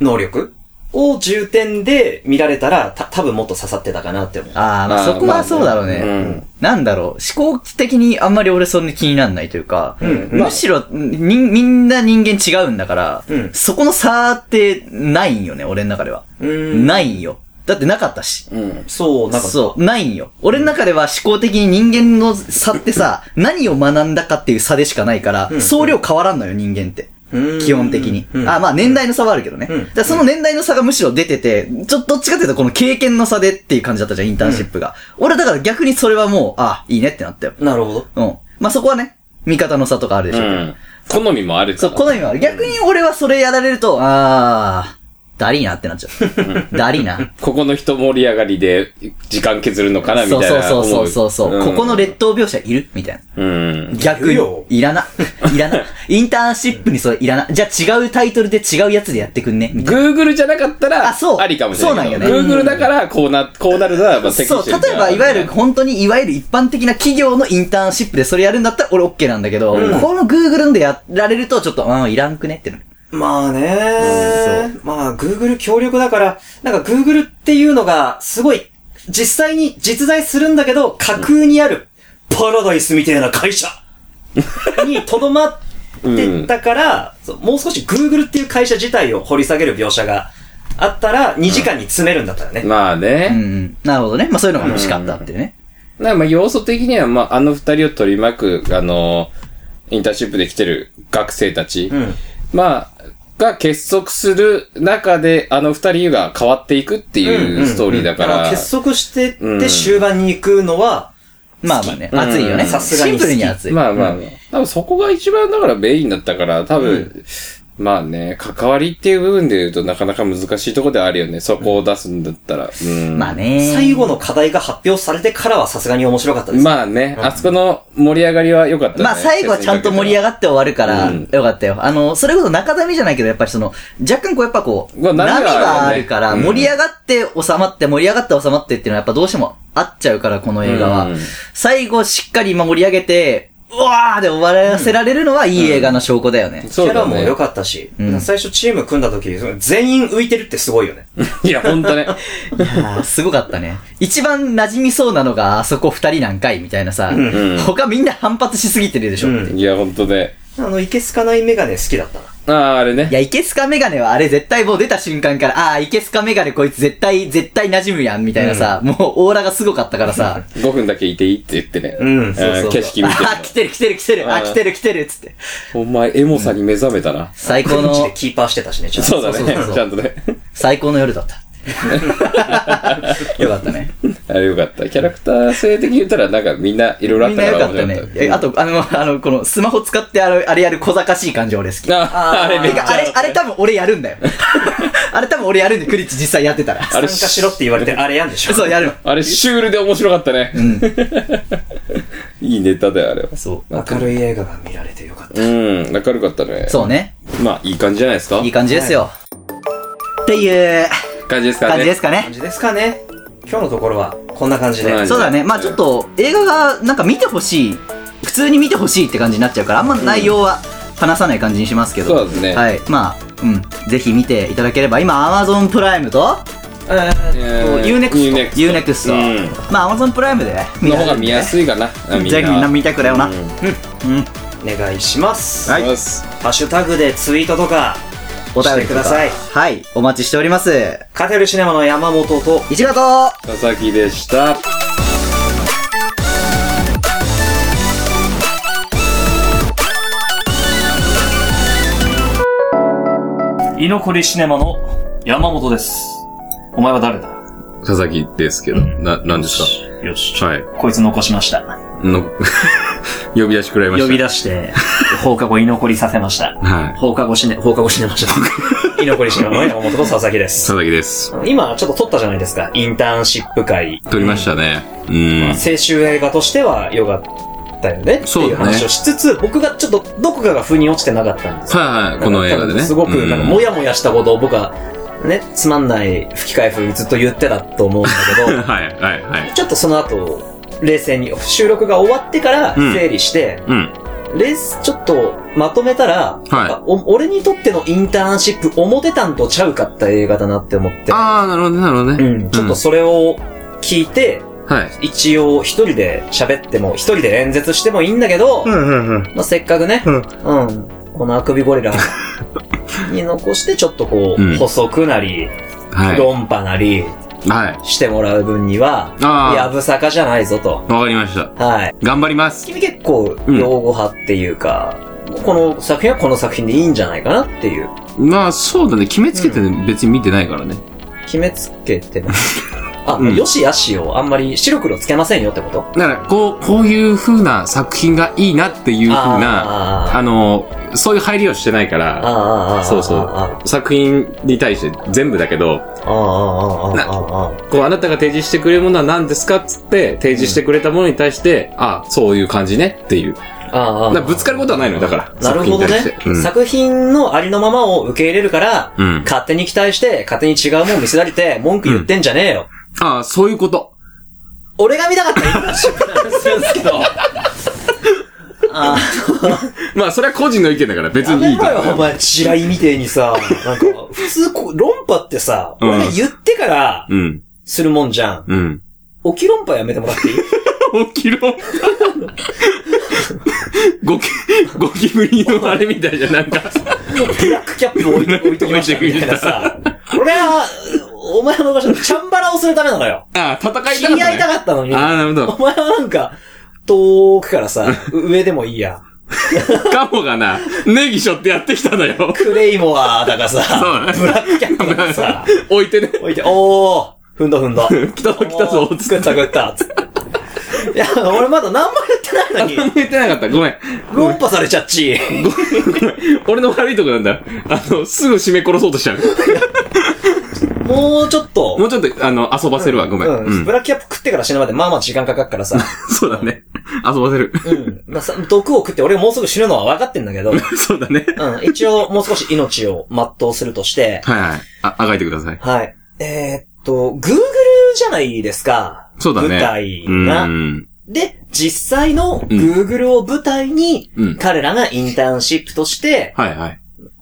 [SPEAKER 2] 能力を重点で見られたら、た、多分もっと刺さってたかなって思う。
[SPEAKER 3] ああ、まあ
[SPEAKER 1] まあ
[SPEAKER 3] そこはそうだろうね。
[SPEAKER 1] まあね
[SPEAKER 3] なんだろう、思考的にあんまり俺そんな気になんないというか、むしろ、に、みんな人間違うんだから、
[SPEAKER 2] うん
[SPEAKER 3] そこの差ってないんよね、俺の中では。
[SPEAKER 2] うん
[SPEAKER 3] ないんよ。だってなかったし。
[SPEAKER 1] うん。
[SPEAKER 2] そう、なんか、
[SPEAKER 3] そう、ないんよ。俺の中では思考的に人間の差ってさ、何を学んだかっていう差でしかないから、総量変わらんのよ、人間って。
[SPEAKER 2] うん
[SPEAKER 3] 基本的に。
[SPEAKER 2] うん
[SPEAKER 3] あ、まあ年代の差はあるけどね。
[SPEAKER 2] うん
[SPEAKER 3] だからその年代の差がむしろ出てて、ちょっとどっちかっていうとこの経験の差でっていう感じだったじゃん、インターンシップが。俺だから逆にそれはもう、あ、いいねってなったよ。
[SPEAKER 2] なるほど。
[SPEAKER 3] うん。まあそこはね、味方の差とかあるでしょうけど。
[SPEAKER 1] うん。好みもあるか
[SPEAKER 3] そう、
[SPEAKER 1] ら。
[SPEAKER 3] 好みはある。逆に俺はそれやられると、あー、だりーなってなっちゃう。だりーな。
[SPEAKER 1] ここの人盛り上がりで時間削るのかなみた
[SPEAKER 3] そ
[SPEAKER 1] いうな
[SPEAKER 3] そう
[SPEAKER 1] 思う。
[SPEAKER 3] そうそうそう。ここの劣等描写いるみたいな。
[SPEAKER 1] うん。
[SPEAKER 3] 逆
[SPEAKER 2] いる
[SPEAKER 3] に
[SPEAKER 2] よ。
[SPEAKER 3] いらな。いらな。インターンシップにそれいらな。じゃあ違うタイトルで違うやつでやってくんね。みたい
[SPEAKER 1] Google じゃなかったら、
[SPEAKER 3] あそう
[SPEAKER 1] ありかもしれないけど。
[SPEAKER 3] そうなん
[SPEAKER 1] Google だから、こうな、こうなるなら、まあ、
[SPEAKER 3] な。そう、例えば、いわゆる、本当に、いわゆる一般的な企業のインターンシップでそれやるんだったら俺 OK なんだけど、この Google でやられるとちょっと、うん、いらんくねってなる。
[SPEAKER 2] まあね、まあ、Google 協力だから、なんか Google っていうのが、すごい、実際に実在するんだけど、架空にある、パラダイスみたいな会社にとどまってたから、そうもう少し Google っていう会社自体を掘り下げる描写があったら、2時間に詰めるんだったらね。
[SPEAKER 1] まあね。
[SPEAKER 3] うんうん。なるほどね。まあそういうのが欲しかったっていうね。
[SPEAKER 1] なんかまあ要素的には、まあ、あの二人を取り巻く、あのインターンシップで来てる学生たち、
[SPEAKER 2] ん
[SPEAKER 1] まあ、が結束する中で、あの二人が変わっていくって
[SPEAKER 2] うんうん
[SPEAKER 1] いううんストーリーだか
[SPEAKER 2] だから
[SPEAKER 1] ら、
[SPEAKER 2] 結束してっ
[SPEAKER 1] う
[SPEAKER 2] て
[SPEAKER 1] ん
[SPEAKER 2] 終盤に行くのは、
[SPEAKER 3] まあまあね。
[SPEAKER 1] ん
[SPEAKER 3] 熱いよね。
[SPEAKER 2] さすがに好
[SPEAKER 3] シン
[SPEAKER 2] き
[SPEAKER 3] プルに熱い。
[SPEAKER 1] まあまあ、多分そこが一番だからメインだったから、多分、まあね、関わりっていう部分で言うとなかなか難しいところではあるよね。そこを出すんだったら。うん
[SPEAKER 3] まあね。
[SPEAKER 2] 最後の課題が発表されてからはさすがに面白かったです。
[SPEAKER 1] まあね、あそこの盛り上がりは良かったね。
[SPEAKER 3] まあ最後はちゃんと盛り上がって終わるから、
[SPEAKER 1] うん
[SPEAKER 3] よかったよ。あの、それこそ中だみじゃないけど、やっぱりその、若干こうやっぱこう、
[SPEAKER 1] うわ
[SPEAKER 3] 波
[SPEAKER 1] 波があるよね
[SPEAKER 3] があるから、
[SPEAKER 1] うん
[SPEAKER 3] 盛り上がって収まって、盛り上がって収まってっていうのはやっぱどうしてもあっちゃうから、この映画は。
[SPEAKER 1] うん
[SPEAKER 3] 最後しっかり今盛り上げて、うわーで終わらせられるのはいい映画の証拠だよね。
[SPEAKER 1] そ
[SPEAKER 2] キ
[SPEAKER 1] う
[SPEAKER 2] ャラ
[SPEAKER 1] だね
[SPEAKER 2] も良かったし、
[SPEAKER 3] うん
[SPEAKER 2] 最初チーム組んだ時、全員浮いてるってすごいよね。
[SPEAKER 1] いや、ほんとね。
[SPEAKER 3] あーすごかったね。一番馴染みそうなのが、あそこ二人なんかい、みたいなさ、
[SPEAKER 1] ん
[SPEAKER 3] 他みんな反発しすぎてるでしょ。
[SPEAKER 2] うん
[SPEAKER 1] いや、ほんとね。
[SPEAKER 2] あの、いけすかないメガネ好きだったな。
[SPEAKER 1] ああ、あれね
[SPEAKER 3] い。や、イケスカメガネはあれ絶対もう出た瞬間から、ああー、イケスカメガネこいつ絶対、絶対馴染むやん、みたいなさ、もうオーラがすごかったからさ。
[SPEAKER 1] 5分だけいていいって言ってね。
[SPEAKER 2] うん
[SPEAKER 1] あー
[SPEAKER 2] そうそうそう
[SPEAKER 1] 景色見てる
[SPEAKER 3] あー来てる来てる来てる、あー
[SPEAKER 1] うん
[SPEAKER 3] 来てる来てる、つって。
[SPEAKER 1] の。お前、エモさに目覚めたな。
[SPEAKER 3] 最 高
[SPEAKER 2] ベンチで
[SPEAKER 3] の、
[SPEAKER 2] キーパーしてたしね、ちゃんと
[SPEAKER 1] そうだ
[SPEAKER 3] そう
[SPEAKER 1] ね
[SPEAKER 3] そうそう。
[SPEAKER 1] ちゃんとね。
[SPEAKER 3] 最高の夜 だった。よかったね。
[SPEAKER 1] あれよかった。キャラクター性的に言ったら、なんかみんないろいろあ
[SPEAKER 3] み
[SPEAKER 1] っ
[SPEAKER 3] んな
[SPEAKER 1] た
[SPEAKER 3] よ
[SPEAKER 1] から
[SPEAKER 3] かったね
[SPEAKER 1] 面。白
[SPEAKER 3] えあと、あの、あの、この、スマホ使ってあの、あれやる小賢しい感じ俺好き。
[SPEAKER 1] あああれめ
[SPEAKER 3] て
[SPEAKER 1] っち
[SPEAKER 3] か、あれ、
[SPEAKER 1] ゃ。
[SPEAKER 3] あれ多分俺やるんだよ。あれ多分俺やるんで、クリッチ実際やってたら。
[SPEAKER 1] あれ
[SPEAKER 2] 参加しろって言われて、あれやんでしょ。
[SPEAKER 3] そう、やるの。
[SPEAKER 1] あれ、シュールで面白かったね。いいネタだよ、あれは。
[SPEAKER 3] そう。
[SPEAKER 2] 明るい映画が見られてよかった。
[SPEAKER 1] うん、明るかったね。
[SPEAKER 3] そうね。
[SPEAKER 1] まあ、いい感じじゃないですか。
[SPEAKER 3] いい感じですよ。っていう、
[SPEAKER 1] 感じですかね。
[SPEAKER 3] 感じですかね
[SPEAKER 2] 感。じですかね。今日のところは、こんな感じで。
[SPEAKER 1] はい
[SPEAKER 3] そうだね。まあちょっと、映画が、なんか見てほしい。普通に見てほしいって感じになっちゃうから、あんま内容は話さない感じにしますけど。
[SPEAKER 1] そうですね
[SPEAKER 3] はい。まあ、うん。ぜひ見ていただければ。今、Amazon プライムと、
[SPEAKER 2] えー
[SPEAKER 1] えー。
[SPEAKER 3] Unext。Unext
[SPEAKER 1] うん。
[SPEAKER 3] まあ、Amazon プライムでね。
[SPEAKER 1] の方が見や
[SPEAKER 3] い。
[SPEAKER 1] すいかな。うん
[SPEAKER 3] ぜひみんな見てくれよな。
[SPEAKER 1] う
[SPEAKER 3] うんん。
[SPEAKER 2] お願いします。
[SPEAKER 3] はい
[SPEAKER 1] よし
[SPEAKER 2] ハッシュタグでツイートとか、
[SPEAKER 3] お便り
[SPEAKER 2] して
[SPEAKER 3] と
[SPEAKER 2] く
[SPEAKER 3] か
[SPEAKER 2] ださい。
[SPEAKER 3] はい。お待ちしております。
[SPEAKER 2] カテルシネマの山本と、
[SPEAKER 3] 一月と
[SPEAKER 1] 佐々木でした。
[SPEAKER 2] 居残りシネマの山本です。お前は誰だ
[SPEAKER 1] 佐々木ですけど、な、なんです
[SPEAKER 2] よし
[SPEAKER 1] かはい。
[SPEAKER 2] こいつ残しました。
[SPEAKER 1] の、 呼び出してくれました。
[SPEAKER 2] 呼び出して、放課後居残りさせました。
[SPEAKER 1] はい
[SPEAKER 2] 放課後しね、放課後しねました。 居残りしねました。山本と佐々木です。
[SPEAKER 1] 佐々木です。
[SPEAKER 2] 今、ちょっと撮ったじゃないですか。インターンシップ会。
[SPEAKER 1] 撮りましたね。うん。
[SPEAKER 2] 青春映画としては良かったよね。
[SPEAKER 1] そうだね
[SPEAKER 2] っていう話をしつつ、僕がちょっとどこかが腑に落ちてなかったんですよ
[SPEAKER 1] はいはい、この映画でね。
[SPEAKER 2] すごく、なんか、も
[SPEAKER 1] や、
[SPEAKER 2] やもやしたことを僕は、ね、つまんない吹き替え風にずっと言ってたと思うんだけ ど、
[SPEAKER 1] はいはいはい。
[SPEAKER 2] ちょっとその後、冷静に、収録が終わってから
[SPEAKER 1] うん
[SPEAKER 2] 整理して、
[SPEAKER 1] うん。
[SPEAKER 2] レースちょっとまとめたら、なんかお俺にとってのインターンシップ表担当ちゃうかった映画だなって思って、
[SPEAKER 1] ああ、なるほどね、なるほどね。
[SPEAKER 2] うん、ちょっとそれを聞いて、
[SPEAKER 1] はい。
[SPEAKER 2] 一応一人で喋っても、一人で演説してもいいんだけど、
[SPEAKER 3] んうんうん。
[SPEAKER 2] まあ、せっかくね、
[SPEAKER 3] うん
[SPEAKER 2] うん、このあくびゴリラに残して、ちょっとこう、
[SPEAKER 1] うん
[SPEAKER 2] 補足なり、
[SPEAKER 1] は
[SPEAKER 2] 論破なり
[SPEAKER 1] い。はい。
[SPEAKER 2] してもらう分には、や
[SPEAKER 1] あ
[SPEAKER 2] ぶさかじゃないぞと。
[SPEAKER 1] あ、わかりました。
[SPEAKER 2] はい。
[SPEAKER 1] 頑張ります。
[SPEAKER 2] 君結構、
[SPEAKER 1] うん
[SPEAKER 2] 用語派っていうか、この作品はこの作品でいいんじゃないかなっていう。
[SPEAKER 1] まあ、そうだね。決めつけて別に見てないからね。
[SPEAKER 2] 決めつけて ます。あ、
[SPEAKER 1] うん
[SPEAKER 2] よしやしをあんまり白黒つけませんよってこと
[SPEAKER 1] だから、こう、こういう風な作品がいいなっていう風な、
[SPEAKER 2] あー
[SPEAKER 1] あの、そういう入りをしてないから、
[SPEAKER 2] あーあーあーあーあー
[SPEAKER 1] そうそ
[SPEAKER 2] あ
[SPEAKER 1] う。作品に対して全部だけど、
[SPEAKER 2] ーあーあーあーあー
[SPEAKER 1] こう、あなたが提示してくれるものは何ですかっつって、提示してくれたものに対して、あ、そういう感じねっていう。
[SPEAKER 2] あー
[SPEAKER 1] だ
[SPEAKER 2] あー
[SPEAKER 1] からぶつかることはないのよだから。
[SPEAKER 2] なるほど
[SPEAKER 1] 作品に対
[SPEAKER 2] ね
[SPEAKER 1] して。うん
[SPEAKER 2] 作品のありのままを受け入れるから、
[SPEAKER 1] うん。
[SPEAKER 2] 勝手に期待して、勝手に違うもん見せられて、文句言ってんじゃねえよ。
[SPEAKER 1] ああ、そういうこと。
[SPEAKER 2] 俺が見たかったらイン ターンシップなんですけど。 あ
[SPEAKER 1] まあ、それは個人の意見だから別
[SPEAKER 2] や
[SPEAKER 1] にい
[SPEAKER 2] め
[SPEAKER 1] いと
[SPEAKER 2] ろよ、お
[SPEAKER 1] 思う。
[SPEAKER 2] 前、地雷みてえにさ、なんか、普通こう、論破ってさ、
[SPEAKER 1] うん
[SPEAKER 2] 俺が言ってから、
[SPEAKER 1] うん。
[SPEAKER 2] するもんじゃん。
[SPEAKER 1] うん。
[SPEAKER 2] 起き論破やめてもらっていい
[SPEAKER 1] 起きろ。ゴキ、ゴキブリのあれみたいじゃん、なんか。
[SPEAKER 2] ブラックキャップ置 いて、置いてきましたみたいなさ、俺は、お前の場所でチャンバラをするためなのよ。
[SPEAKER 1] ああ、戦いたかった、ね。
[SPEAKER 2] 知り合いたかったのに、
[SPEAKER 1] ああ、なるほ
[SPEAKER 2] お
[SPEAKER 1] ど。
[SPEAKER 2] 前はなんか、遠くからさ、上でもいいや。
[SPEAKER 1] カモがな、ネギショってやってきたのよ。
[SPEAKER 2] クレイモアだか
[SPEAKER 1] そう
[SPEAKER 2] さ
[SPEAKER 1] ね、
[SPEAKER 2] ブラックキャップだかさ、
[SPEAKER 1] 置いてね。
[SPEAKER 2] 置いて、おー、ふんど ふんど。
[SPEAKER 1] 来たぞ来たぞ
[SPEAKER 2] おー作った作った、つっていや、俺まだ何も言ってない
[SPEAKER 1] 何
[SPEAKER 2] のに、
[SPEAKER 1] も言ってなかった。ごめん。
[SPEAKER 2] 論破されちゃっち。
[SPEAKER 1] ごごめん。俺の悪いとこなんだ。 あの、すぐ締め殺そうとしちゃう。
[SPEAKER 2] もうちょっと
[SPEAKER 1] も、うちょっと、あの、遊ばせるわ。ごめん。
[SPEAKER 2] う、
[SPEAKER 1] うんん
[SPEAKER 2] ブ。ラックキャップ食ってから死ぬまでまあまあ時間かかっか らさ、
[SPEAKER 1] そうだね。遊ばせる。
[SPEAKER 2] うん。まあさ、毒を食って俺もうすぐ死ぬのは分かってんだけど、
[SPEAKER 1] そうだね。
[SPEAKER 2] うん、一応もう少し命を全うするとして、
[SPEAKER 1] はいはい。あ、あがいてください。
[SPEAKER 2] はい。えーっと、Google じゃないですか。
[SPEAKER 1] そうだね。
[SPEAKER 2] 舞台
[SPEAKER 1] う
[SPEAKER 2] が。
[SPEAKER 1] ん。
[SPEAKER 2] で、実際の Google を舞台に、
[SPEAKER 1] うん。
[SPEAKER 2] 彼らがインターンシップとして
[SPEAKER 1] はいはい。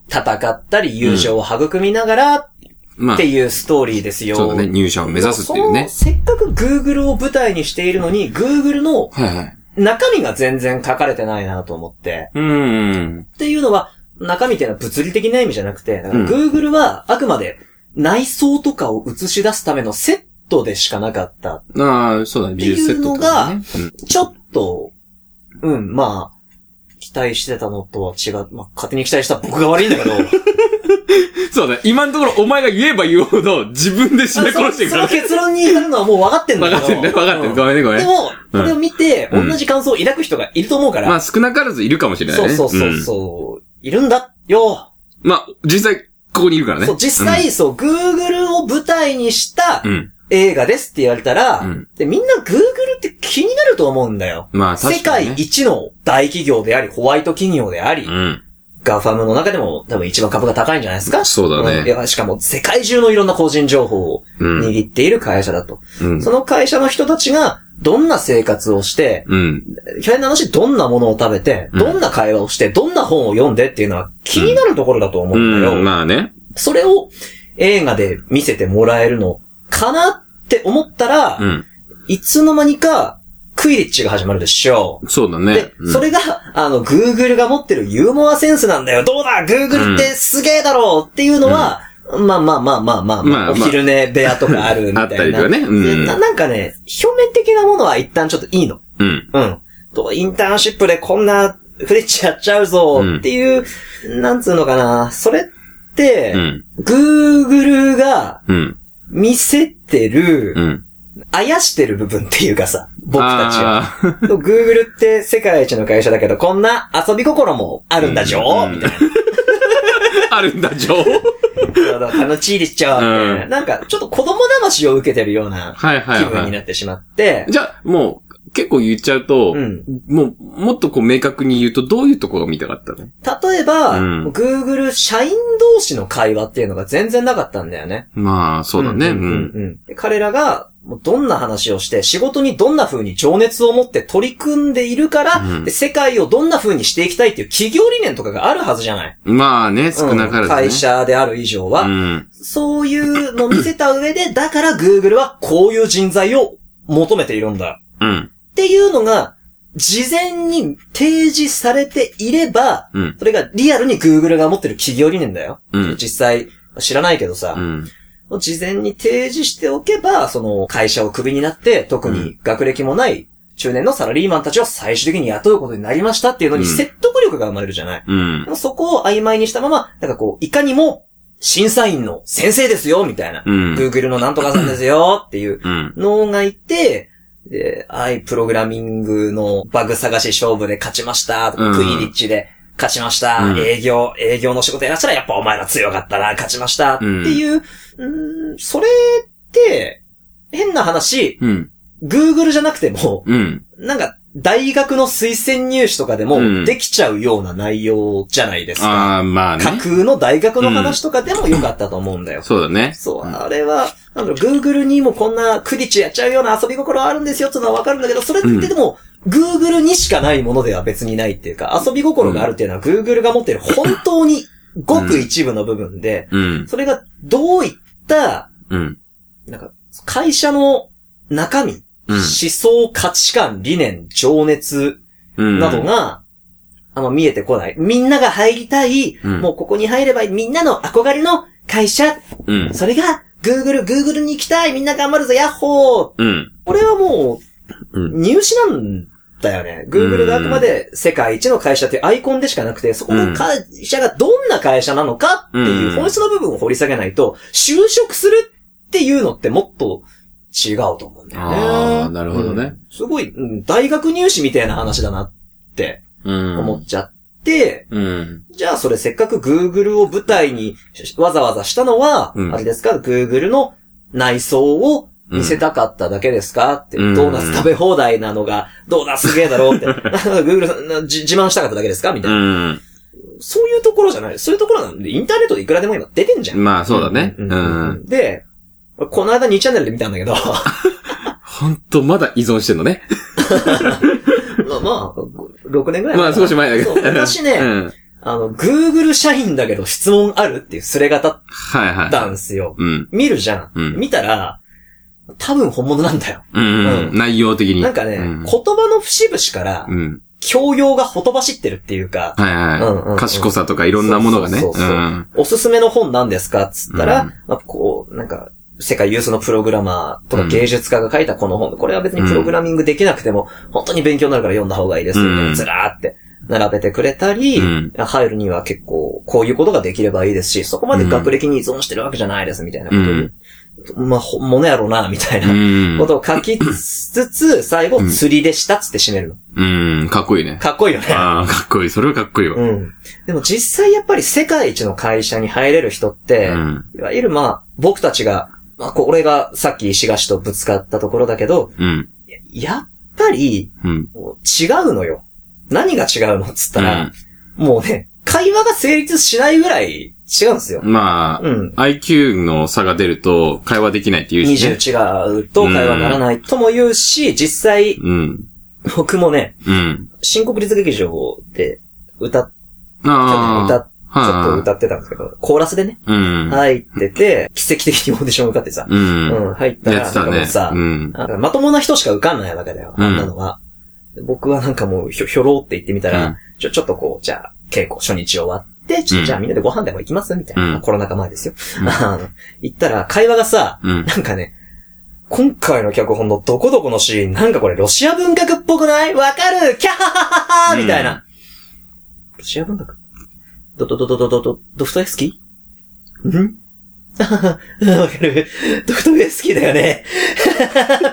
[SPEAKER 2] 戦ったり友情を育みながらっ
[SPEAKER 1] まあ
[SPEAKER 2] て、いうストーリーですよ。
[SPEAKER 1] そうだね。入社を目指すっていうね
[SPEAKER 2] そ。のせっかく Google を舞台にしているのに、Google の
[SPEAKER 1] はいはい。
[SPEAKER 2] 中身が全然書かれてないなと思って。
[SPEAKER 1] うーん。
[SPEAKER 2] っていうのは、中身っていうのは物理的な意味じゃなくて、
[SPEAKER 1] ん
[SPEAKER 2] Google はあくまで内装とかを映し出すためのセットでしかなかった。
[SPEAKER 1] ああ、そうだね。美術セットとかね。
[SPEAKER 2] ちょっと、うん、まあ、期待してたのとは違う。まあ、勝手に期待した僕が悪いんだ けど。
[SPEAKER 1] うんそうだね。今のところお前が言えば言うほど自分で締め殺していくか
[SPEAKER 2] その
[SPEAKER 1] らね。
[SPEAKER 2] 結論に至るのはもう分かってん だ
[SPEAKER 1] 分
[SPEAKER 2] けど。
[SPEAKER 1] かってるね。分かってる。ごめんね、ご
[SPEAKER 2] うん
[SPEAKER 1] め
[SPEAKER 2] で
[SPEAKER 1] ん。
[SPEAKER 2] も、これを見て、
[SPEAKER 1] うん
[SPEAKER 2] 同じ感想を抱く人がいると思うから。
[SPEAKER 1] まあ少なからずいるかもしれない
[SPEAKER 2] そう
[SPEAKER 1] ね。
[SPEAKER 2] そうそうそう、いるんだよ。
[SPEAKER 1] うん。まあ、実際、ここにいるからね。
[SPEAKER 2] そう、実際、そう、Google を舞台にした
[SPEAKER 1] うん。うん。
[SPEAKER 2] 映画ですって言われたら、
[SPEAKER 1] うん
[SPEAKER 2] で、みんな Google って気になると思うんだよ。
[SPEAKER 1] まあ
[SPEAKER 2] 世
[SPEAKER 1] 確か
[SPEAKER 2] 界
[SPEAKER 1] にね。
[SPEAKER 2] 一の大企業であり、ホワイト企業であり、
[SPEAKER 1] うん。
[SPEAKER 2] ガファムの中でも多分一番株が高いんじゃないですか
[SPEAKER 1] そうだね
[SPEAKER 2] んいやしかも世界中のいろんな個人情報を
[SPEAKER 1] うん。
[SPEAKER 2] 握っている会社だと。
[SPEAKER 1] うん。
[SPEAKER 2] その会社の人たちがどんな生活をして、
[SPEAKER 1] うん。
[SPEAKER 2] 変な話どんなものを食べて、
[SPEAKER 1] うん
[SPEAKER 2] どんな会話をして、どんな本を読んでっていうのは気になるところだと思うんだよ。
[SPEAKER 1] うん。まあね。
[SPEAKER 2] それを映画で見せてもらえるのかなって思ったら、
[SPEAKER 1] うん。
[SPEAKER 2] いつの間にかクイリッチが始まるでしょう。
[SPEAKER 1] そうだね
[SPEAKER 2] で。、それが、あの、Google が持ってるユーモアセンスなんだよ。どうだ ?Google ってすげえだろうっていうのは、まあまあまあまあまあ、まあ
[SPEAKER 1] まあ
[SPEAKER 2] お昼寝部屋とかあるみたい な。
[SPEAKER 1] あったりとかねうん
[SPEAKER 2] でな。なんかね、表面的なものは一旦ちょっといいの。
[SPEAKER 1] うん。うん。
[SPEAKER 2] うん。と、インターンシップでこんなフレッチやっちゃうぞっていう、なんつうのかな。それって、
[SPEAKER 1] うん。
[SPEAKER 2] Google が
[SPEAKER 1] うん。
[SPEAKER 2] 見せて
[SPEAKER 1] う
[SPEAKER 2] る
[SPEAKER 1] ん。
[SPEAKER 2] あやしてる部分っていうかさ、僕たちは。
[SPEAKER 6] あー
[SPEAKER 2] Google って世界一の会社だけど、こんな遊び心もあるんだじょ、みたいな。
[SPEAKER 6] あるんだ、 情報。
[SPEAKER 2] そうだ楽しいでしょ、みたいな。
[SPEAKER 6] うん
[SPEAKER 2] なんか、ちょっと子供騙しを受けてるような
[SPEAKER 6] はいはい
[SPEAKER 2] 気分
[SPEAKER 6] は
[SPEAKER 2] に
[SPEAKER 6] い。
[SPEAKER 2] なってしまって、
[SPEAKER 6] じゃあ、もう、結構言っちゃうと、
[SPEAKER 2] うん
[SPEAKER 6] もう、もっとこう明確に言うと、どういうところが見たかったの
[SPEAKER 2] 例えば、
[SPEAKER 6] うん
[SPEAKER 2] Google 社員同士の会話っていうのが全然なかったんだよね。
[SPEAKER 6] まあ、そうだね。うん
[SPEAKER 2] うんうんで彼らが、もうどんな話をして、仕事にどんな風に情熱を持って取り組んでいるから、
[SPEAKER 6] うん
[SPEAKER 2] で世界をどんな風にしていきたいっていう企業理念とかがあるはずじゃない。
[SPEAKER 6] まあね、少なからず、ね
[SPEAKER 2] うん会社である以上は、
[SPEAKER 6] うん。
[SPEAKER 2] そういうのを見せた上で、だから Google はこういう人材を求めているんだ。
[SPEAKER 6] うん。
[SPEAKER 2] っていうのが、事前に提示されていれば、
[SPEAKER 6] うん
[SPEAKER 2] それがリアルに Google が持ってる企業理念だよ。
[SPEAKER 6] うん
[SPEAKER 2] 実際、知らないけどさ、
[SPEAKER 6] うん。
[SPEAKER 2] 事前に提示しておけば、その会社をクビになって、特に学歴もない中年のサラリーマンたちを最終的に雇うことになりましたっていうのに
[SPEAKER 6] うん
[SPEAKER 2] 説得力が生まれるじゃない。
[SPEAKER 6] うん
[SPEAKER 2] で。もそこを曖昧にしたまま、なんかこう、いかにも審査員の先生ですよ、みたいな。
[SPEAKER 6] うん。
[SPEAKER 2] Google のなんとかさんですよ、っていう
[SPEAKER 6] うん。
[SPEAKER 2] 脳がいて、で、アイプログラミングのバグ探し勝負で勝ちました、とか
[SPEAKER 6] うん
[SPEAKER 2] クイリッチで勝ちました、
[SPEAKER 6] うん
[SPEAKER 2] 営業、営業の仕事やらせたらやっぱお前ら強かったな、勝ちました、って
[SPEAKER 6] うん
[SPEAKER 2] いう、うーん、それって、変な話、
[SPEAKER 6] うん。
[SPEAKER 2] Google じゃなくても、
[SPEAKER 6] うん。
[SPEAKER 2] なんか、大学の推薦入試とかで
[SPEAKER 6] う
[SPEAKER 2] も
[SPEAKER 6] ん
[SPEAKER 2] できちゃうような内容じゃないですか。
[SPEAKER 6] ああ、まあ
[SPEAKER 2] 架
[SPEAKER 6] ね。
[SPEAKER 2] 空の大学の話とかでもよかったと思うんだよ。
[SPEAKER 6] そうだね。
[SPEAKER 2] そう、あれは、なんだろう、Google にもこんなクリッチやっちゃうような遊び心あるんですよってのはわかるんだけど、それってでも、Google にしかないものでは別にないっていうか、遊び心があるっていうのは Google が持っている本当にごく一部の部分で、
[SPEAKER 6] うん。
[SPEAKER 2] それがどういった、
[SPEAKER 6] うん。
[SPEAKER 2] なんか、会社の中身、
[SPEAKER 6] うん
[SPEAKER 2] 思想、価値観、理念、情熱
[SPEAKER 6] うん。
[SPEAKER 2] などが、あんま見えてこない。みんなが入りたい、
[SPEAKER 6] うん
[SPEAKER 2] もうここに入ればいいみんなの憧れの会社
[SPEAKER 6] うん。
[SPEAKER 2] それが、Google、Google に行きたいみんな頑張るぞヤッホー
[SPEAKER 6] うん。
[SPEAKER 2] これはも
[SPEAKER 6] う
[SPEAKER 2] う、入試なんだよね。Google があくまで世界一の会社っていうアイコンでしかなくて、そこの会社がどんな会社なのかっていう
[SPEAKER 6] うん
[SPEAKER 2] 本質の部分を掘り下げないと、就職するっていうのってもっと違うと思うんだよね。
[SPEAKER 6] ああ、なるほどね。
[SPEAKER 2] うんすごい、うん大学入試みたいな話だなって
[SPEAKER 6] うん。
[SPEAKER 2] 思っちゃって、
[SPEAKER 6] うん。
[SPEAKER 2] じゃあそれせっかく Google を舞台にしわざわざしたのは、
[SPEAKER 6] うん
[SPEAKER 2] あれですか ?Google の内装を見せたかっただけですか、って、
[SPEAKER 6] うん
[SPEAKER 2] ドーナツ食べ放題なのが、ドーナツすげえ だろうって、Google さんなじ自慢したかっただけですかみた
[SPEAKER 6] う
[SPEAKER 2] いな、
[SPEAKER 6] ん。
[SPEAKER 2] そういうところじゃない。そういうところなんで、インターネットでいくらでも今出てんじゃん。
[SPEAKER 6] まあ、そうだね。うんん。
[SPEAKER 2] で、俺この間2チャンネルで見たんだけど、
[SPEAKER 6] ほんと、まだ依存してんのね。
[SPEAKER 2] まあまあ、6年ぐらい前かな
[SPEAKER 6] まあ、少し前だけ
[SPEAKER 2] そ
[SPEAKER 6] ど。
[SPEAKER 2] う昔ね、
[SPEAKER 6] うん。
[SPEAKER 2] あの、Google 社員だけど質問あるっていうすれ方だ
[SPEAKER 6] はいは
[SPEAKER 2] っ
[SPEAKER 6] い。
[SPEAKER 2] たんですよ。
[SPEAKER 6] うん。
[SPEAKER 2] 見るじゃん。
[SPEAKER 6] うん
[SPEAKER 2] 見たら、多分本物なんだよ。
[SPEAKER 6] うん。うん。内容的に。
[SPEAKER 2] なんかね、
[SPEAKER 6] うん
[SPEAKER 2] 言葉の節々から
[SPEAKER 6] う、ん。
[SPEAKER 2] 教養がほとばしってるっていうか、
[SPEAKER 6] はい
[SPEAKER 2] うんうんう
[SPEAKER 6] は
[SPEAKER 2] ん
[SPEAKER 6] い。賢さとかいろんなものがね。
[SPEAKER 2] そうそう
[SPEAKER 6] う。
[SPEAKER 2] そうんおすすめの本なんですかっつったら、
[SPEAKER 6] うん
[SPEAKER 2] まあ、こう、なんか、世界有数のプログラマーと
[SPEAKER 6] う
[SPEAKER 2] か
[SPEAKER 6] ん
[SPEAKER 2] 芸術家が書いたこの本、これは別にプログラミングできなくても、本当に勉強になるから読んだ方がいいですよね、
[SPEAKER 6] うん
[SPEAKER 2] ずらーって並べてくれたり、
[SPEAKER 6] うん
[SPEAKER 2] 入るには結構こういうことができればいいですし、そこまで学歴に依存してるわけじゃないです、みたいなこと、まあ、ほんものやろうな、みたいな。
[SPEAKER 6] うん
[SPEAKER 2] こ。とを書き つつ、最後、釣りでしたっつって締めるの。
[SPEAKER 6] うん。かっこいいね。
[SPEAKER 2] かっこいいよね。
[SPEAKER 6] ああ、かっこいい。それはかっこいいわ。
[SPEAKER 2] うん。でも実際やっぱり世界一の会社に入れる人って、
[SPEAKER 6] うん
[SPEAKER 2] いわゆるまあ、僕たちが、まあ、これがさっき石菓子とぶつかったところだけど、
[SPEAKER 6] うん。
[SPEAKER 2] やっぱり、
[SPEAKER 6] うん。
[SPEAKER 2] もう違うのよ。何が違うのっつったら、もうね、会話が成立しないぐらい違うんですよ。
[SPEAKER 6] まあ
[SPEAKER 2] うん、
[SPEAKER 6] IQ の差が出ると会話できないって言うしね。
[SPEAKER 2] 20違うと会話にならないとも言うし、実際、
[SPEAKER 6] うん。
[SPEAKER 2] 僕もね、
[SPEAKER 6] うん。
[SPEAKER 2] 新国立劇場で歌っ
[SPEAKER 6] ああ。
[SPEAKER 2] 歌っち
[SPEAKER 6] はい
[SPEAKER 2] ょっと歌ってたんですけど、コーラスでね、
[SPEAKER 6] うん。
[SPEAKER 2] 入ってて、奇跡的にオーディション受かってさ、
[SPEAKER 6] う。
[SPEAKER 2] うんん、入ったら、
[SPEAKER 6] やっ
[SPEAKER 2] な
[SPEAKER 6] て
[SPEAKER 2] んか
[SPEAKER 6] た
[SPEAKER 2] も
[SPEAKER 6] ね
[SPEAKER 2] う。さ
[SPEAKER 6] う、ん。
[SPEAKER 2] なんかまともな人しか受かんないわけだよ、
[SPEAKER 6] うん
[SPEAKER 2] あんなのは。僕はなんかもうひょ、ひょろって言ってみた
[SPEAKER 6] う
[SPEAKER 2] ら
[SPEAKER 6] ん、
[SPEAKER 2] ちょ、ちょっとこう、じゃあ、稽古初日終わって、ち
[SPEAKER 6] う
[SPEAKER 2] ょ、
[SPEAKER 6] ん
[SPEAKER 2] じゃあみんなでご飯でも行きますみたいな。
[SPEAKER 6] うん
[SPEAKER 2] まあコロナ禍前ですよ。あの行ったら、会話がさ、
[SPEAKER 6] うん。
[SPEAKER 2] なんかね、今回の脚本のどこどこのシーン、なんかこれロシア文学っぽくないわかるキャハハハハみたいな。ロシア文学どどどどどどど、ドフトエフスキーん うんわかる。ドクトベ好きだよね。